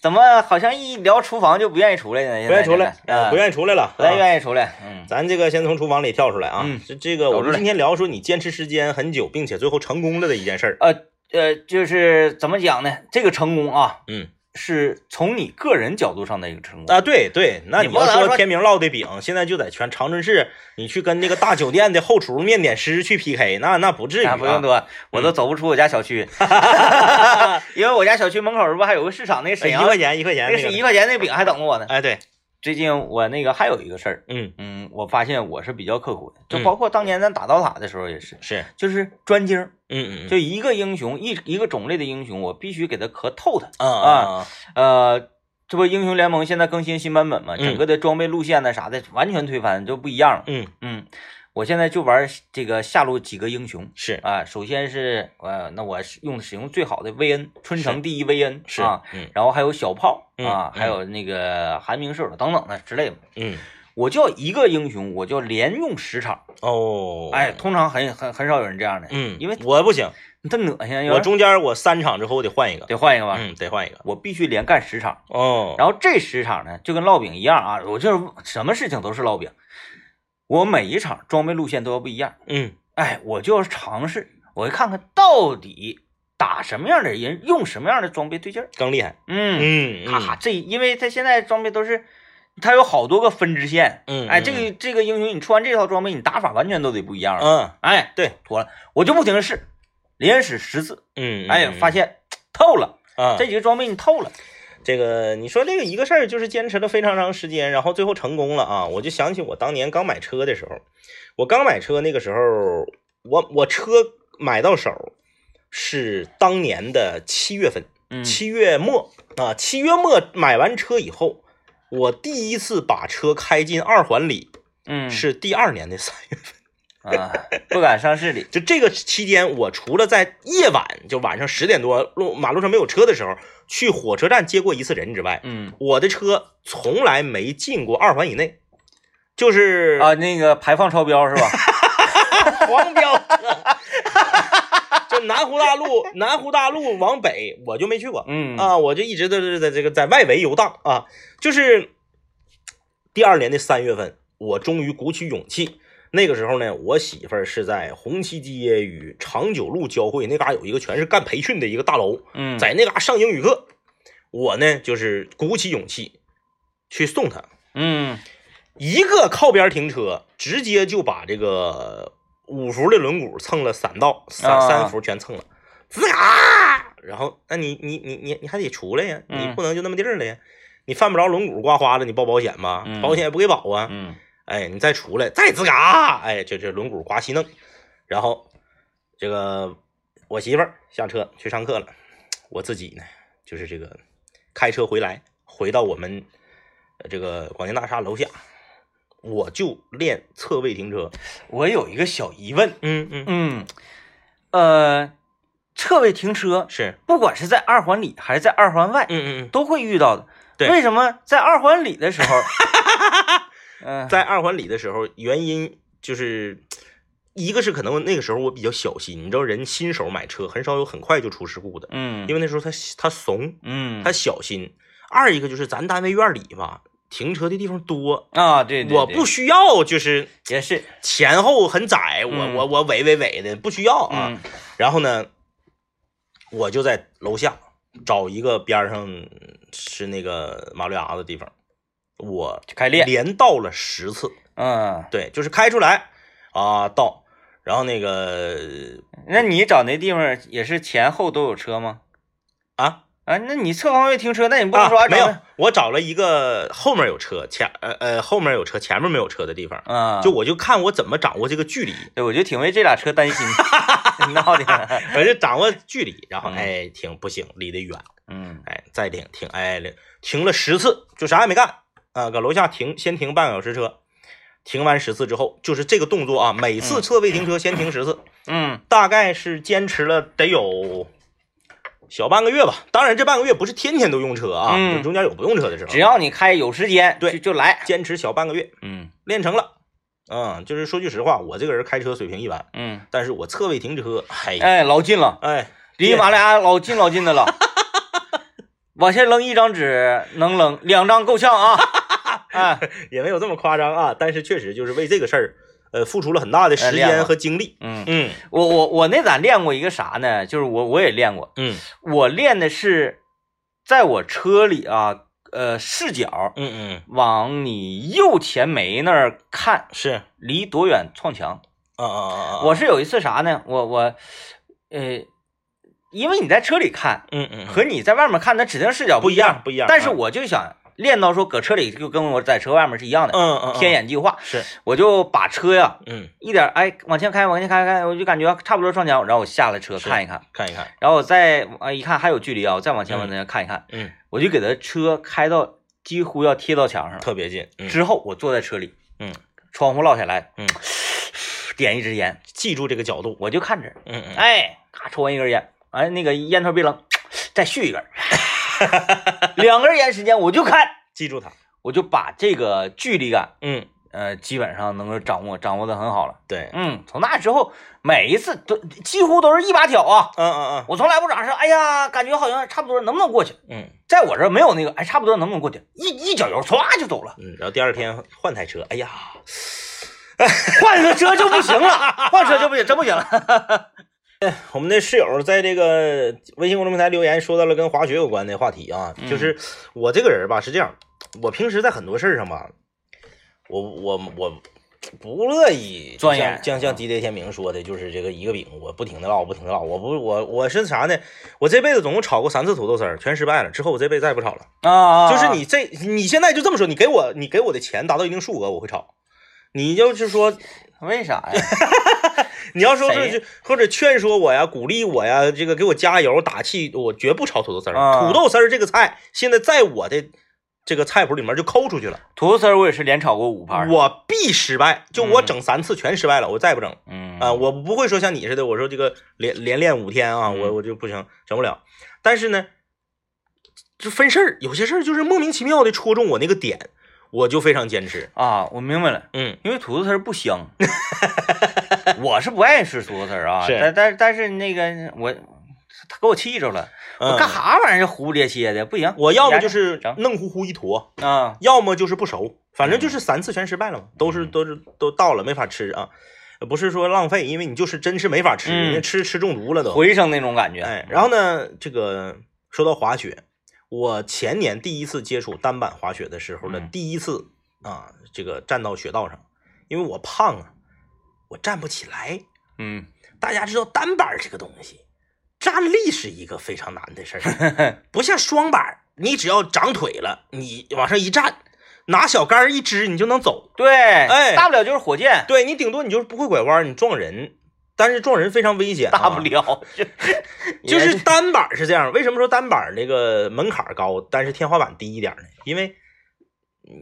Speaker 1: 怎么好像一聊厨房就不愿意出来呢？
Speaker 2: 不愿意出来，
Speaker 1: 啊，
Speaker 2: 不愿意出来了，
Speaker 1: 不太
Speaker 2: 意。
Speaker 1: 愿意出来。嗯
Speaker 2: 咱这个先从厨房里跳出来啊，
Speaker 1: 嗯
Speaker 2: 这这个我
Speaker 1: 走出
Speaker 2: 们
Speaker 1: 来
Speaker 2: 今天聊说你坚持时间很久，并且最后成功了的一件事儿，
Speaker 1: 呃呃，就是怎么讲呢？这个成功啊，
Speaker 2: 嗯
Speaker 1: 是从你个人角度上的一个成功。
Speaker 2: 啊，对对，那
Speaker 1: 你
Speaker 2: 你
Speaker 1: 不
Speaker 2: 要
Speaker 1: 能
Speaker 2: 说
Speaker 1: 说
Speaker 2: 天明烙的饼，现在就在全长春市，你去跟那个大酒店的后厨面点师去 PK，那那不至于、啊
Speaker 1: 啊，不用多，我都走不出我家小 区，因为我家小区门口这不还有个市场，那个
Speaker 2: 哎
Speaker 1: 沈
Speaker 2: 一
Speaker 1: 阳
Speaker 2: 块钱一块钱
Speaker 1: 那
Speaker 2: 那
Speaker 1: 个
Speaker 2: 个
Speaker 1: 是一
Speaker 2: 的，
Speaker 1: 块钱那饼还等着我呢。
Speaker 2: 哎对，
Speaker 1: 最近我那个还有一个事儿，
Speaker 2: 嗯
Speaker 1: 嗯，我发现我是比较刻苦的，
Speaker 2: 嗯
Speaker 1: 就包括当年咱打刀塔的时候也是，
Speaker 2: 是，
Speaker 1: 就是专精儿，
Speaker 2: 嗯嗯
Speaker 1: 就一个英雄一一个种类的英雄，我必须给他磕透他。
Speaker 2: 啊啊
Speaker 1: 呃，这不英雄联盟现在更新新版本嘛，
Speaker 2: 嗯
Speaker 1: 整个的装备路线呢啥的完全推翻，就不一样了。
Speaker 2: 嗯
Speaker 1: 嗯，我现在就玩这个下路几个英雄。
Speaker 2: 是
Speaker 1: 啊，首先是呃，那我是用使用最好的薇恩，春城第一薇恩
Speaker 2: 是
Speaker 1: 啊，
Speaker 2: 嗯
Speaker 1: 然后还有小炮
Speaker 2: 嗯
Speaker 1: 啊，
Speaker 2: 嗯
Speaker 1: 还有那个寒冰射手等等的之类的。
Speaker 2: 嗯
Speaker 1: 我就一个英雄，我就连用十场。
Speaker 2: 哦
Speaker 1: 哎，通常很很很少有人这样的，
Speaker 2: 嗯，
Speaker 1: 因为
Speaker 2: 我不行，
Speaker 1: 他恶心，
Speaker 2: 我中间我三场之后我得换一个，
Speaker 1: 得换一个吧。
Speaker 2: 嗯，得换一个
Speaker 1: 我必须连干十场，
Speaker 2: 哦，
Speaker 1: 然后这十场呢，就跟烙饼一样啊，我就是什么事情都是烙饼，我每一场装备路线都要不一样。
Speaker 2: 嗯
Speaker 1: 哎，我就要尝试，我看看到底打什么样的人，用什么样的装备对劲儿。
Speaker 2: 更厉害，
Speaker 1: 嗯，
Speaker 2: 嗯
Speaker 1: 哈哈，这因为他现在装备都是，他有好多个分支线。
Speaker 2: 嗯，
Speaker 1: 哎，这个这个英雄，你穿这套装备，你打法完全都得不一样了。
Speaker 2: 嗯
Speaker 1: 哎，
Speaker 2: 对，
Speaker 1: 妥了，我就不停的试，连使十次，
Speaker 2: 嗯，
Speaker 1: 哎，发现透了，
Speaker 2: 啊
Speaker 1: 这几个装备你透了，
Speaker 2: 这个你说这个一个事儿，就是坚持了非常长时间，然后最后成功了啊！我就想起我当年刚买车的时候，我刚买车那个时候，我我车买到手是当年的七月份，
Speaker 1: 嗯
Speaker 2: 七月末啊，七月末买完车以后，我第一次把车开进二环里
Speaker 1: 嗯
Speaker 2: 是第二年的三月份。
Speaker 1: 啊，不敢上市里，
Speaker 2: 就这个期间，我除了在夜晚，就晚上十点多路马路上没有车的时候，去火车站接过一次人之外，
Speaker 1: 嗯
Speaker 2: 我的车从来没进过二环以内，就是
Speaker 1: 啊 啊，那个排放超标是吧？
Speaker 2: 黄标车，就南湖大路，南湖大路往北我就没去过
Speaker 1: 嗯
Speaker 2: 啊，我就一直都是在这个在外围游荡啊。就是第二年的三月份，我终于鼓起勇气。那个时候呢，我媳妇儿是在红旗街与长久路交汇那嘎、有一个全是干培训的一个大楼，
Speaker 1: 嗯，
Speaker 2: 在那嘎、上英语课。我呢，就是鼓起勇气去送她，
Speaker 1: 嗯
Speaker 2: 一个靠边停车，直接就把这个五幅的轮毂蹭了三道，三
Speaker 1: 啊
Speaker 2: 三幅全蹭了，吱嘎！然后，那你你你你你还得出来呀，
Speaker 1: 嗯
Speaker 2: 你不能就那么地儿了呀，你犯不着轮毂刮花了，你报保险吧
Speaker 1: 嗯，
Speaker 2: 保险也不给保啊。
Speaker 1: 嗯
Speaker 2: 哎，你再出来，再吱嘎！哎，这这轮毂刮稀弄，然后这个我媳妇儿下车去上课了，我自己呢，就是这个开车回来，回到我们呃这个广电大厦楼下，我就练侧位停车。
Speaker 1: 我有一个小疑问，
Speaker 2: 嗯嗯，
Speaker 1: 嗯，呃，侧位停车，
Speaker 2: 是，
Speaker 1: 不管是在二环里还是在二环外，
Speaker 2: 嗯嗯
Speaker 1: 都会遇到的。
Speaker 2: 对
Speaker 1: 为什么在二环里的时 候，呃嗯
Speaker 2: 嗯，在二环里的时候，原因就是。一个是可能那个时候我比较小心，你知道人新手买车很少有很快就出事故的，
Speaker 1: 嗯，
Speaker 2: 因
Speaker 1: 为
Speaker 2: 为那时候他他怂，
Speaker 1: 嗯
Speaker 2: 他小心。二一个就是咱单位院里吧，停车的地方多，
Speaker 1: 啊，对，对
Speaker 2: 我
Speaker 1: 对
Speaker 2: 不需要就是
Speaker 1: 也是
Speaker 2: 前后很窄，我
Speaker 1: 嗯
Speaker 2: 我我尾尾尾的不需要啊。
Speaker 1: 嗯
Speaker 2: 然后呢，我就在楼下找一个边儿上是那个马路牙子地方，我
Speaker 1: 开练，
Speaker 2: 连倒了十次，
Speaker 1: 嗯，
Speaker 2: 对，就是开出来啊倒。然后那个
Speaker 1: 那你找那地方也是前后都有车吗？
Speaker 2: 啊
Speaker 1: 啊，那你侧方位停车，那你不能说
Speaker 2: 啊
Speaker 1: 按照
Speaker 2: 没有
Speaker 1: 那，
Speaker 2: 我找了一个后面有车，前呃呃后面有车，前面没有车的地方，
Speaker 1: 啊，
Speaker 2: 就我就看我怎么掌握这个距离，
Speaker 1: 对，我就挺为这俩车担心， 闹的，
Speaker 2: 我就掌握距离，然后
Speaker 1: 嗯
Speaker 2: 哎停不行，离得远，
Speaker 1: 嗯
Speaker 2: 哎再停停，哎停了十次就啥也没干啊，搁楼下停先停半个小时车，停完十次之后就是这个动作啊，每次侧位停车先停十次，
Speaker 1: 嗯
Speaker 2: 大概是坚持了得有小半个月吧，当然这半个月不是天天都用车啊，
Speaker 1: 嗯
Speaker 2: 就中间有不用车的时候
Speaker 1: 只，要你开有时间，
Speaker 2: 对
Speaker 1: 就就来，
Speaker 2: 坚持小半个月
Speaker 1: 嗯
Speaker 2: 练成了，嗯，就是说句实话，我这个人开车水平一般，
Speaker 1: 嗯，
Speaker 2: 但是我侧位停车，哎呀
Speaker 1: 哎，老近了。
Speaker 2: 哎。
Speaker 1: 离马路牙老近老近的 了，往下扔一张纸能扔两张够呛啊！ 啊，
Speaker 2: 也没有这么夸张啊，但是确实就是为这个事儿，呃，付出了很大的时
Speaker 1: 哎练
Speaker 2: 间
Speaker 1: 了
Speaker 2: 和精力。
Speaker 1: 嗯，
Speaker 2: 嗯
Speaker 1: 我我我那咋练过一个啥呢？就是我我也练过，
Speaker 2: 嗯
Speaker 1: 我练的是在我车里啊，呃，视角
Speaker 2: 嗯嗯，
Speaker 1: 往你右前眉那儿看，
Speaker 2: 是，啊
Speaker 1: 离多远撞墙。
Speaker 2: 啊啊啊，
Speaker 1: 我是有一次啥呢？我我，呃，因为你在车里看
Speaker 2: 嗯嗯
Speaker 1: 和你在外面看，那指定视角
Speaker 2: 不
Speaker 1: 一
Speaker 2: 一样不一样，啊嗯
Speaker 1: 但是我就想练到说搁车里就跟我在车外面是一样的，
Speaker 2: 嗯嗯
Speaker 1: 天眼计划，
Speaker 2: 是，
Speaker 1: 我就把车呀
Speaker 2: 嗯
Speaker 1: 一点哎往前开往前开开，我就感觉差不多撞墙，然后我下了车
Speaker 2: 是
Speaker 1: 看一看，
Speaker 2: 看一看，
Speaker 1: 然后我再啊一看还有距离啊，我再往前往前看一看，
Speaker 2: 嗯，
Speaker 1: 我就给他车开到几乎要贴到墙上了，
Speaker 2: 特别近，嗯，
Speaker 1: 之后我坐在车里，
Speaker 2: 嗯，
Speaker 1: 窗户落下来，
Speaker 2: 嗯，
Speaker 1: 点一支烟，
Speaker 2: 记住这个角度，
Speaker 1: 我就看着，
Speaker 2: 嗯嗯，
Speaker 1: 哎，咔抽完一根烟，哎那个烟头别扔，再续一根， 两根烟时间我就看。
Speaker 2: 记住它，
Speaker 1: 我就把这个距离感，
Speaker 2: 嗯，
Speaker 1: 呃，基本上能够掌握掌握的很好了。
Speaker 2: 对，
Speaker 1: 嗯，从那之后，每一次都几乎都是一把挑啊，
Speaker 2: 嗯嗯
Speaker 1: 我从来不咋说，哎呀，感觉好像差不多，能不能过去？
Speaker 2: 嗯嗯
Speaker 1: 在我这儿没有那个，哎，差不多能不能过去？一一脚油唰就走了，
Speaker 2: 嗯，然后第二天换台车，哎呀，
Speaker 1: 换个车就不行了，换车就不行，真不行了。
Speaker 2: 我们的室友在这个微信公众平台留言说到了跟滑雪有关的话题啊，
Speaker 1: 嗯
Speaker 2: 就是我这个人吧是这样，我平时在很多事儿上吧，我我我不乐意
Speaker 1: 钻研嗯
Speaker 2: 像像像 DJ 天明说的，就是这个一个饼我不停的烙，我不停的烙，我不我我是啥呢？我这辈子总共炒过三次土豆丝儿，全失败了，之后我这辈子再也不炒了。
Speaker 1: 啊
Speaker 2: 就是你这你现在就这么说，你给我你给我的钱达到一定数额，我会炒。你就是说，
Speaker 1: 为啥呀？
Speaker 2: 你要说是
Speaker 1: 谁
Speaker 2: 就或者劝说我呀，鼓励我呀，这个给我加油打气，我绝不炒土豆丝儿。
Speaker 1: 啊
Speaker 2: 土豆丝儿这个菜现在在我的这个菜谱里面就抠出去了，
Speaker 1: 土豆丝儿我也是连炒过五盘儿，
Speaker 2: 我必失败。就我
Speaker 1: 嗯
Speaker 2: 整三次全失败了，我再也不整啊、
Speaker 1: 嗯
Speaker 2: 我不会说像你似的，我说这个连连练五天啊，
Speaker 1: 嗯
Speaker 2: 我我就不行，整不了。但是呢，就分事儿，有些事儿就是莫名其妙的戳中我那个点，我就非常坚持。
Speaker 1: 啊，我明白了，
Speaker 2: 嗯，
Speaker 1: 因为土豆丝儿不香，我是不爱吃梭子儿啊，
Speaker 2: 是
Speaker 1: 但但但是那个我他给我气着了，我
Speaker 2: 嗯
Speaker 1: 干啥玩意儿？这糊咧切的，不行，
Speaker 2: 我要么就是
Speaker 1: 整
Speaker 2: 嫩乎乎一坨，
Speaker 1: 啊，
Speaker 2: 要么就是不熟，反
Speaker 1: 嗯
Speaker 2: 正就是三次全失败了嘛，都是都是都到了没法吃啊，不是说浪费，因为你就是真是没法吃，
Speaker 1: 嗯
Speaker 2: 人家吃吃中毒了都。
Speaker 1: 回嗯声那种感觉。
Speaker 2: 哎，然后呢，这个说到滑雪，我前年第一次接触单板滑雪的时候呢，
Speaker 1: 嗯
Speaker 2: 第一次啊，这个站到雪道上，因为我胖啊，我站不起来。
Speaker 1: 嗯，
Speaker 2: 大家知道单板这个东西，站立是一个非常难的事儿， 不像双板，你只要长腿了，你往上一站，拿小杆儿一支，你就能走。
Speaker 1: 对，
Speaker 2: 哎
Speaker 1: 大不了就是火箭，
Speaker 2: 对你顶多你就是不会拐弯，你撞人，但是撞人非常危险、啊
Speaker 1: 大不。了啊 就也
Speaker 2: 就是单板儿是这样，为什么说单板儿那个门槛儿高，但是天花板低一点儿呢？因为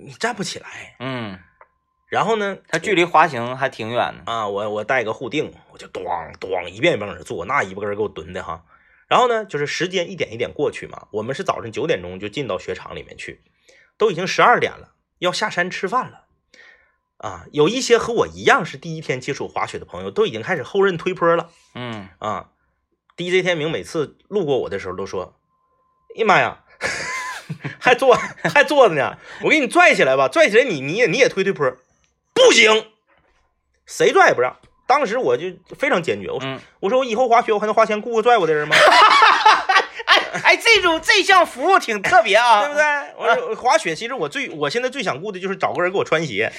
Speaker 2: 你站不起来。
Speaker 1: 嗯，
Speaker 2: 然后呢，
Speaker 1: 它距离滑行还挺远的。
Speaker 2: 啊，我我带个护腚，我就咣咣一遍一遍往那坐，那一个人给我蹲的哈。然后呢，就是时间一点一点过去嘛，我们是早晨九点钟就进到雪场里面去，都已经十二点了，要下山吃饭了。啊，有一些和我一样是第一天接触滑雪的朋友，都已经开始后刃推坡了。
Speaker 1: 嗯，
Speaker 2: 啊，DJ 天明每次路过我的时候都说：“哎呀妈呀， 还坐还坐着呢，我给你拽起来吧，拽起来你你也你也推推坡，不行，谁拽也不让。”当时我就非常坚决，我说：“
Speaker 1: 嗯
Speaker 2: 我说我以后滑雪我还能花钱雇个拽我的人吗？
Speaker 1: 哎，这种这项服务挺特别 啊，
Speaker 2: 对不对？我说滑雪其实我最我现在最想雇的就是找个人给我穿鞋，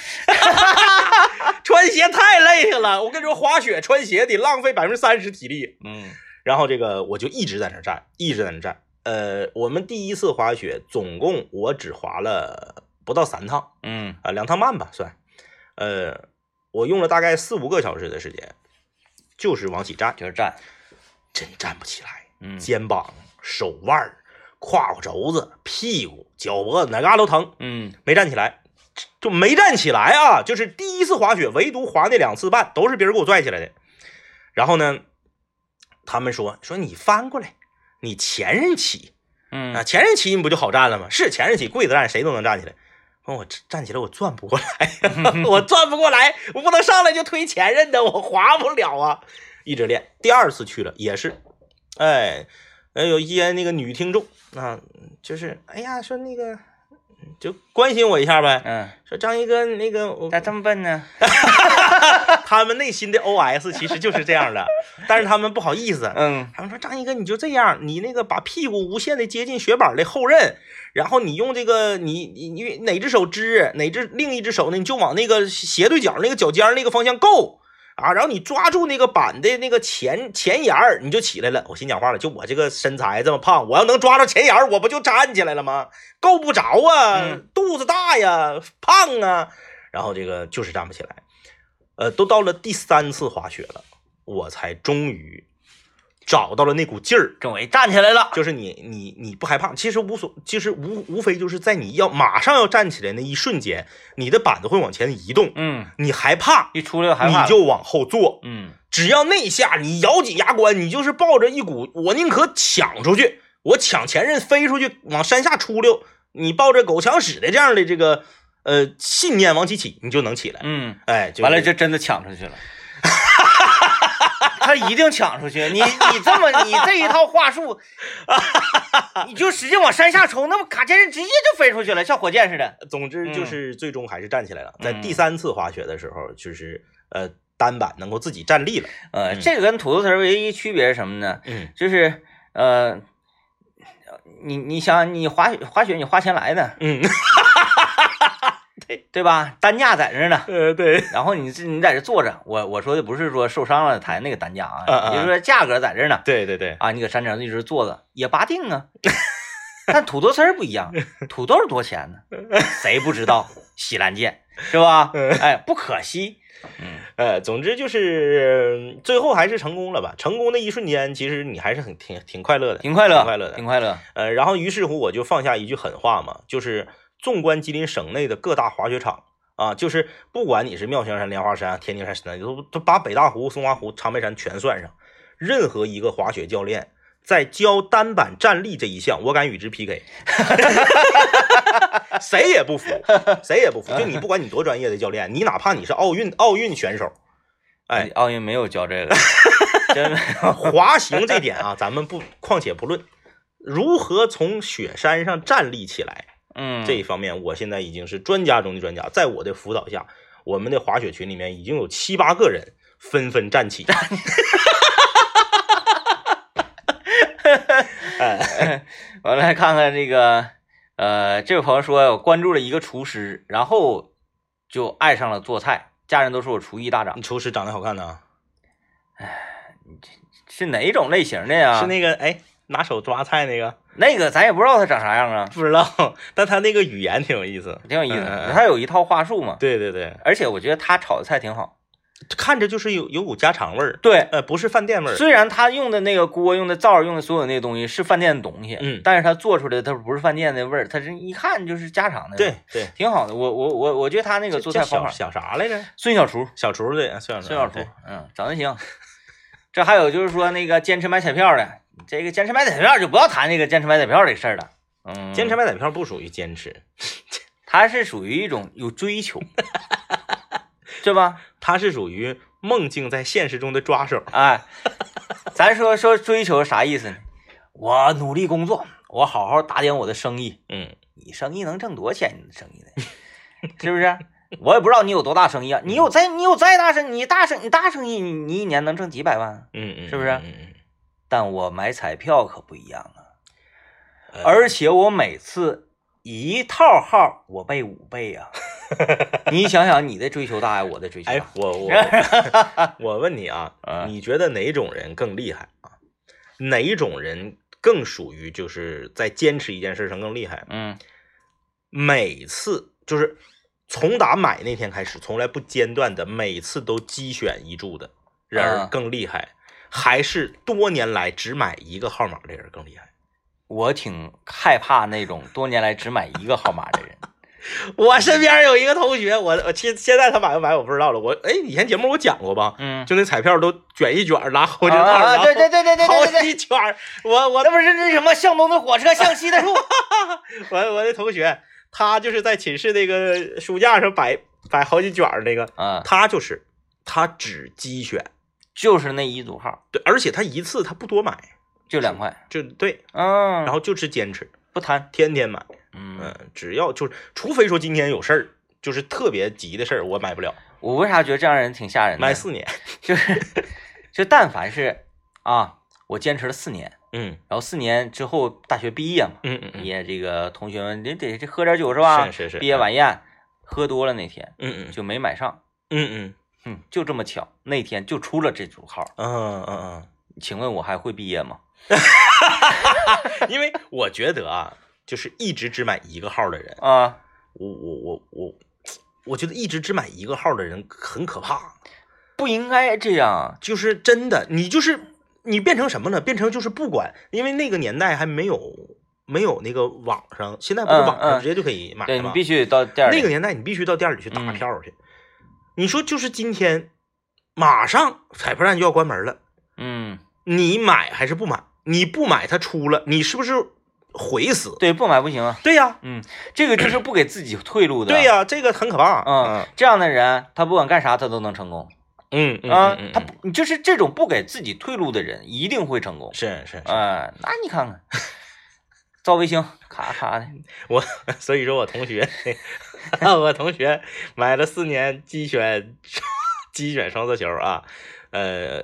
Speaker 2: 穿鞋太累了。我跟你说，滑雪穿鞋得浪费百分之三十体力。”
Speaker 1: 嗯
Speaker 2: 然后这个我就一直在那儿站，一直在那儿站。呃，我们第一次滑雪，总共我只滑了不到三趟啊、
Speaker 1: 嗯
Speaker 2: 两趟半吧算。呃，我用了大概四五个小时的时间，就是往起站，
Speaker 1: 就是站，
Speaker 2: 真站不起来，
Speaker 1: 嗯
Speaker 2: 肩膀、手腕儿、胯骨轴子、屁股、脚脖子哪嘎都疼，
Speaker 1: 嗯
Speaker 2: 没站起来，就没站起来啊！就是第一次滑雪，唯独滑那两次半都是别人给我拽起来的。然后呢，他们说说你翻过来，你前任起
Speaker 1: 嗯
Speaker 2: 啊，前任起你不就好站了吗？是前任起跪着站，谁都能站起来。问我站起来，我转不过来， 我转不过来，我不能上来就推前任的，我滑不了啊！一直练，第二次去了也是，哎，呃，有一些那个女听众啊，就是哎呀，说那个就关心我一下呗，
Speaker 1: 嗯，
Speaker 2: 说张一哥，那个我
Speaker 1: 咋这么笨呢？
Speaker 2: 他们内心的 OS 其实就是这样的，但是他们不好意思，
Speaker 1: 嗯
Speaker 2: 他们说张一哥你就这样，你那个把屁股无限的接近雪板的后刃，然后你用这个你你你哪只手支，哪只另一只手呢，你就往那个斜对角那个脚尖儿那个方向够。啊，然后你抓住那个板的那个前前沿儿，你就起来了。我心讲话了，就我这个身材这么胖，我要能抓着前沿儿，我不就站起来了吗？够不着啊，
Speaker 1: 嗯
Speaker 2: 肚子大呀，胖啊。然后这个就是站不起来，呃，都到了第三次滑雪了，我才终于找到了那股劲儿，
Speaker 1: 终于站起来了。
Speaker 2: 就是你你你不害怕，其实无所，其实无无非就是在你要马上要站起来那一瞬间，你的板子会往前移动，
Speaker 1: 嗯，
Speaker 2: 你害怕，
Speaker 1: 一出来就害怕了。
Speaker 2: 你就往后坐，
Speaker 1: 嗯
Speaker 2: 只要那一下你咬紧牙关，你就是抱着一股我宁可抢出去，我抢前任飞出去往山下出溜，你抱着狗抢屎的这样的这个呃信念往起起，你就能起来，
Speaker 1: 嗯，
Speaker 2: 哎，就
Speaker 1: 完了
Speaker 2: 是
Speaker 1: 就真的抢出去了。 他一定抢出去，你你这么你这一套话 术，你就使劲往山下冲，那不卡前人直接就飞出去了，像火箭似的。
Speaker 2: 总之就
Speaker 1: 嗯
Speaker 2: 是最终还是站起来了，在第
Speaker 1: 嗯
Speaker 2: 三次滑雪的时候，就是呃单板能够自己站立了。
Speaker 1: 呃，
Speaker 2: 嗯
Speaker 1: 这个跟土豆丝儿唯一区别是什么呢？
Speaker 2: 嗯，
Speaker 1: 就是呃，你你想你滑雪滑雪你花钱来的，
Speaker 2: 嗯，
Speaker 1: 对吧？担架在那儿呢，
Speaker 2: 呃对，
Speaker 1: 然后你这你在这坐着，我我说的不是说受伤了抬那个担架啊，
Speaker 2: 嗯嗯
Speaker 1: 也就是说价格在这儿呢，
Speaker 2: 对对对，
Speaker 1: 啊，你搁山顶上一直坐着也拔定啊。 但土豆丝儿不一样，土豆儿多钱呢？谁不知道？西兰剑是吧？
Speaker 2: 嗯
Speaker 1: 哎，不可惜。嗯
Speaker 2: 呃，总之就是最后还是成功了吧？成功的一瞬间，其实你还是很挺挺快乐的，
Speaker 1: 挺快乐，
Speaker 2: 快乐的
Speaker 1: 挺快乐。
Speaker 2: 呃，然后于是乎我就放下一句狠话嘛，就是纵观吉林省内的各大滑雪场啊，就是不管你是妙香山、莲花山、天津山、石南，都都把北大湖、松花湖、长白山全算上，任何一个滑雪教练在教单板站立这一项，我敢与之 PK，谁也不服，谁也不服。就你不管你多专业的教练，你哪怕你是奥运奥运选手。哎，
Speaker 1: 奥运没有教这 个，真没有。
Speaker 2: 滑行这点啊，咱们不况且不论，如何从雪山上站立起来
Speaker 1: 嗯，
Speaker 2: 这一方面，我现在已经是专家中的专家。在我的辅导下，我们的滑雪群里面已经有七八个人纷纷站起。 哎，
Speaker 1: 我来看看这个，呃，这位朋友说我关注了一个厨师，然后就爱上了做菜，家人都说我厨艺大涨
Speaker 2: 你。厨师长得好看呢？
Speaker 1: 是哪种类型的呀？
Speaker 2: 是那个哎，拿手抓菜那个？
Speaker 1: 那个咱也不知道他长啥样啊，
Speaker 2: 不知道，但他那个语言挺有意思。
Speaker 1: 挺有意思
Speaker 2: 嗯嗯
Speaker 1: 的。
Speaker 2: 嗯
Speaker 1: 他有一套话术嘛，
Speaker 2: 对对对，
Speaker 1: 而且我觉得他炒的菜挺好。
Speaker 2: 看着就是有有股家常味儿，
Speaker 1: 对，
Speaker 2: 呃，不是饭店味儿。
Speaker 1: 虽然他用的那个锅、用的灶、用的所有那些东西是饭店的东西，
Speaker 2: 嗯
Speaker 1: 但是他做出来的他不是饭店的味儿，他是一看就是家常的，
Speaker 2: 对，对，
Speaker 1: 挺好的。我我我我觉得他那个做
Speaker 2: 叫
Speaker 1: 菜方
Speaker 2: 小
Speaker 1: 法，
Speaker 2: 小啥来着？
Speaker 1: 孙小厨，
Speaker 2: 小厨对，孙小厨，
Speaker 1: 孙小厨
Speaker 2: 对，
Speaker 1: 嗯，长得行。这还有就是说那个坚持买彩票的，这个坚持买彩票就不要谈那个坚持买彩票这事儿了。嗯，
Speaker 2: 坚持买彩票不属于坚持，
Speaker 1: 他是属于一种有追 求，对吧？
Speaker 2: 它是属于梦境在现实中的抓手。
Speaker 1: 哎，咱说说追求啥意思呢？我努力工作，我好好打点我的生意。
Speaker 2: 嗯，
Speaker 1: 你生意能挣多少钱？你的生意呢？ 是不是？我也不知道你有多大生意啊！你有再你有再大生，你大生你大生意，你你一年能挣几百万？
Speaker 2: 嗯嗯，
Speaker 1: 是不是
Speaker 2: 嗯嗯
Speaker 1: 但我买彩票可不一样啊！
Speaker 2: 嗯
Speaker 1: 而且我每次一套号，我背五倍 啊！你想想，你的追求大呀，我的追求
Speaker 2: 哎
Speaker 1: 大，，
Speaker 2: 我我 我问你啊
Speaker 1: 啊，
Speaker 2: 你觉得哪种人更厉害啊？哪种人更属于就是在坚持一件事上更厉害？
Speaker 1: 嗯
Speaker 2: 每次就是从打买那天开始，从来不间断的，每次都机选一注的人儿
Speaker 1: 啊
Speaker 2: 更厉害，还是多年来只买一个号码的人更厉害？
Speaker 1: 我挺害怕那种多年来只买一个号码的 人。
Speaker 2: 我身边有一个同学，我我现现在他买不买我不知道了。我哎，以前节目我讲过吧？
Speaker 1: 嗯，
Speaker 2: 就那彩票都卷一卷儿拉好几趟，
Speaker 1: 啊
Speaker 2: 然后
Speaker 1: 对对对对对对对
Speaker 2: 好
Speaker 1: 对，
Speaker 2: 几圈儿。我我
Speaker 1: 那不是那什么向东的火车，向西的 树。
Speaker 2: 我我的同学，他就是在寝室那个书架上摆摆好几卷儿那个，
Speaker 1: 啊，
Speaker 2: 他就是他只机选，
Speaker 1: 就是那一组号，
Speaker 2: 对，而且他一次他不多买，
Speaker 1: 就两块。
Speaker 2: 就对，
Speaker 1: 嗯，
Speaker 2: 然后就吃坚持，
Speaker 1: 不贪。
Speaker 2: 天天买，
Speaker 1: 嗯，
Speaker 2: 嗯，只要就是，除非说今天有事儿。就是特别急的事儿，我买不了，
Speaker 1: 我为啥觉得这样人挺吓人的
Speaker 2: 买？四年。
Speaker 1: 就是， 就但凡是啊，我坚持了四年，
Speaker 2: 嗯
Speaker 1: 然后四年之后大学毕业嘛，
Speaker 2: 嗯嗯
Speaker 1: 毕
Speaker 2: 嗯，
Speaker 1: 业这个同学们得得这喝点酒是吧？
Speaker 2: 是是是
Speaker 1: 毕业晚宴喝多了那天
Speaker 2: 嗯嗯
Speaker 1: 就没买上，
Speaker 2: 嗯嗯
Speaker 1: 嗯，就这么巧，那天就出了这组号。
Speaker 2: 嗯嗯嗯。
Speaker 1: 请问我还会毕业吗？
Speaker 2: 嗯因为我觉得啊，就是一直只买一个号的人，
Speaker 1: 啊，
Speaker 2: 我我我我，我觉得一直只买一个号的人很可怕，
Speaker 1: 不应该这样。
Speaker 2: 就是真的，你就是你变成什么呢？变成就是不管，因为那个年代还没有没有那个网上，现在不是
Speaker 1: 嗯
Speaker 2: 网上
Speaker 1: 嗯
Speaker 2: 直接就可以买
Speaker 1: 对
Speaker 2: 了
Speaker 1: 你
Speaker 2: 吗？
Speaker 1: 必须到店儿里
Speaker 2: 那个年代你必须到店里去打
Speaker 1: 嗯
Speaker 2: 票去。你说就是今天，马上彩票站就要关门了，
Speaker 1: 嗯，
Speaker 2: 你买还是不买？你不买，它出了，你是不是悔死？
Speaker 1: 对，不买不行啊。
Speaker 2: 对呀、
Speaker 1: 嗯，这个就是不给自己退路的。
Speaker 2: 对、呀、这个很可怕。
Speaker 1: 嗯，这样的人，他不管干啥，他都能成功
Speaker 2: 嗯嗯
Speaker 1: 啊
Speaker 2: 嗯。嗯
Speaker 1: 他不你就是这种不给自己退路的人，一定会成功。
Speaker 2: 是是，是
Speaker 1: 哎、那你看 看，造卫星，咔咔的，
Speaker 2: 我所以说我同学， 我同学买了四年机选机选双色球啊，呃，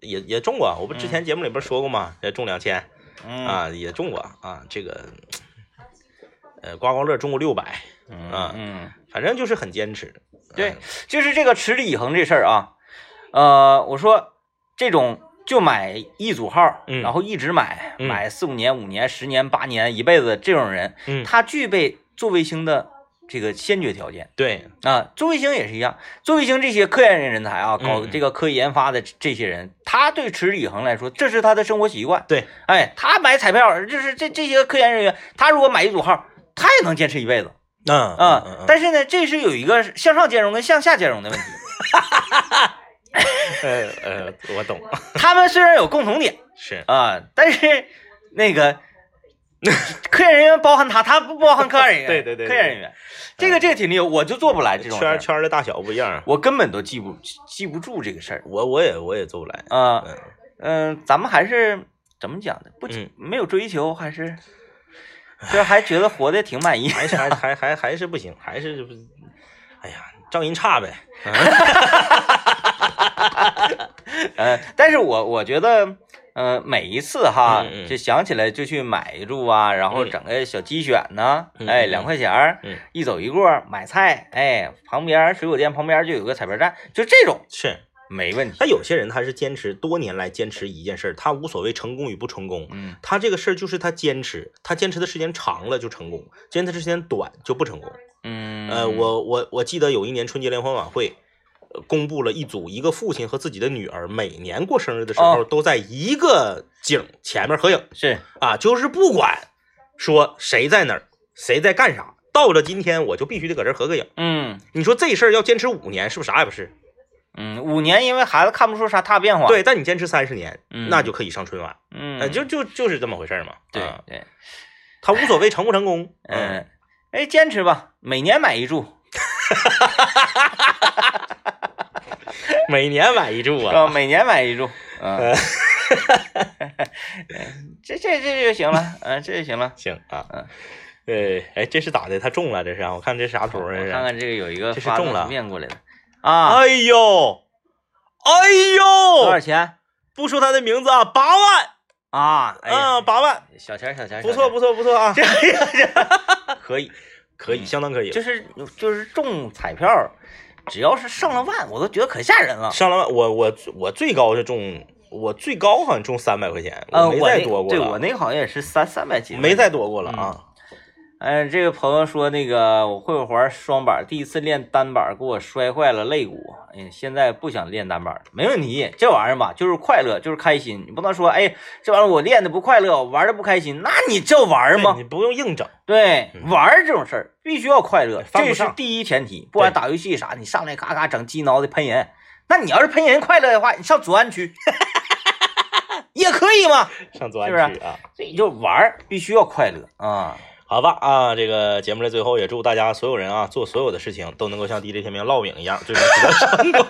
Speaker 2: 也也中过，我不之前节目里边说过嘛，也中两千
Speaker 1: 嗯
Speaker 2: 啊，也中过啊，这个呃刮刮乐中过六百，
Speaker 1: 嗯
Speaker 2: 啊
Speaker 1: 嗯，
Speaker 2: 反正就是很坚持。嗯
Speaker 1: 对，就是这个持之以恒这事儿啊。呃，我说这种就买一组号，
Speaker 2: 嗯
Speaker 1: 然后一直买，
Speaker 2: 嗯
Speaker 1: 买四五年、五年、十年、八年、一辈子这种人，
Speaker 2: 嗯，
Speaker 1: 他具备做卫星的这个先决条件。
Speaker 2: 对，
Speaker 1: 啊，做卫星也是一样，做卫星这些科研人才啊，搞
Speaker 2: 嗯嗯
Speaker 1: 这个科技研发的这这些人，他对持之以恒来说，这是他的生活习惯。
Speaker 2: 对，
Speaker 1: 哎，他买彩票，就是这这些科研人员，他如果买一组号，他也能坚持一辈子
Speaker 2: 嗯
Speaker 1: 啊。
Speaker 2: 嗯，
Speaker 1: 但是呢，这是有一个向上兼容跟向下兼容的问题。
Speaker 2: 呃呃，我懂，
Speaker 1: 他们虽然有共同点
Speaker 2: 是
Speaker 1: 啊，但是那个 科研人员包含他，他不包含科研人员。
Speaker 2: 对对对对
Speaker 1: 科研人员，这个这个挺厉害，我就做不来这种事
Speaker 2: 圈
Speaker 1: 儿，
Speaker 2: 圈的大小不一样，啊
Speaker 1: 我根本都记不记不住这个事儿
Speaker 2: 我我也我也做不来。
Speaker 1: 啊。
Speaker 2: 嗯
Speaker 1: 嗯、咱们还是怎么讲呢？不、
Speaker 2: 嗯
Speaker 1: 没有追求，还是就是还觉得活得挺满意。
Speaker 2: 还是还还还还是不行，还是不，哎呀，照人差呗。
Speaker 1: 呃，但是我我觉得，呃，每一次哈，
Speaker 2: 嗯嗯
Speaker 1: 就想起来就去买一注啊，然后
Speaker 2: 嗯
Speaker 1: 整个小鸡选呢，
Speaker 2: 嗯
Speaker 1: 哎，
Speaker 2: 嗯
Speaker 1: 两块钱儿，
Speaker 2: 嗯
Speaker 1: 一走一过买菜，哎，旁边儿水果店旁边儿就有个彩票站，就这种
Speaker 2: 是，
Speaker 1: 没问题。
Speaker 2: 但有些人他是坚持多年来坚持一件事儿，他无所谓成功与不成功，
Speaker 1: 嗯，
Speaker 2: 他这个事儿就是他坚持，他坚持的时间长了就成功，坚持的时间短就不成功。
Speaker 1: 嗯，
Speaker 2: 呃，我我我记得有一年春节联欢晚会。呃公布了一组一个父亲和自己的女儿每年过生日的时候
Speaker 1: 哦
Speaker 2: 都在一个景前面合影
Speaker 1: 是
Speaker 2: 啊，就是不管说谁在哪儿，谁在干啥，到了今天我就必须得搁这儿合个影。
Speaker 1: 嗯
Speaker 2: 你说这事儿要坚持五年，是不是啥也不是？
Speaker 1: 嗯，五年因为孩子看不出啥大变化，，
Speaker 2: 对，但你坚持三十年，
Speaker 1: 嗯
Speaker 2: 那就可以上春晚。
Speaker 1: 嗯，
Speaker 2: 呃就就就是这么回事儿嘛。
Speaker 1: 对
Speaker 2: 啊
Speaker 1: 对，
Speaker 2: 他无所谓成不成功。嗯，
Speaker 1: 嗯，哎，坚持吧，每年买一注，
Speaker 2: 每年买一注啊。
Speaker 1: 啊，每年买一注， 嗯， 这这这就行了，嗯，这就行了。
Speaker 2: 行啊
Speaker 1: 嗯，
Speaker 2: 对，哎，这是咋的？他中了，这是啊？我看这啥图
Speaker 1: 哦我
Speaker 2: 儿这
Speaker 1: 看
Speaker 2: 是？
Speaker 1: 看这个有一个
Speaker 2: 这是
Speaker 1: 发
Speaker 2: 中
Speaker 1: 短
Speaker 2: 了
Speaker 1: 图片过来的啊，
Speaker 2: 哎呦，哎
Speaker 1: 多少
Speaker 2: 呦，
Speaker 1: 钱
Speaker 2: 不说他的名字啊，八万
Speaker 1: 啊？哎呀哎
Speaker 2: 啊，，八万，
Speaker 1: 小钱儿小钱儿，
Speaker 2: 不错
Speaker 1: 不
Speaker 2: 不错不错啊，
Speaker 1: 可以，
Speaker 2: 可以，相当可以。
Speaker 1: 就是就是中彩票，只要是上了万，我都觉得可吓人了。
Speaker 2: 上了万，我我我最高是中，我最高好像中三百块钱，
Speaker 1: 呃，
Speaker 2: 没
Speaker 1: 我
Speaker 2: 再
Speaker 1: 那
Speaker 2: 多过
Speaker 1: 对
Speaker 2: 了，
Speaker 1: 我那个好像也是三三百几，嗯
Speaker 2: 没再。多过了啊。
Speaker 1: 哎，这个朋友说那个我会玩双板，第一次练单板给我摔坏了肋骨，哎，现在不想练单板了，没问题。这玩意儿吧，就是快乐，就是开心，你不能说哎这玩意儿我练的不快乐，我玩的不开心，那你这玩意儿
Speaker 2: 对
Speaker 1: 嘛
Speaker 2: 哎你，不用硬整，
Speaker 1: 对，
Speaker 2: 嗯
Speaker 1: 玩儿这种事儿必须要快乐，
Speaker 2: 犯
Speaker 1: 这
Speaker 2: 不上
Speaker 1: 是第一前提。不管打游戏啥，你上来咔咔整鸡挠的喷人，那你要是喷人快乐的话，你上左岸区 也可以嘛。
Speaker 2: 上左
Speaker 1: 是
Speaker 2: 岸
Speaker 1: 不
Speaker 2: 区啊。
Speaker 1: 所以就玩儿必须要快乐啊。
Speaker 2: 好吧啊，这个节目的最后 也祝大家所有人啊，做所有的事情都能够像 DJ 天明烙饼一样，最终得到成功。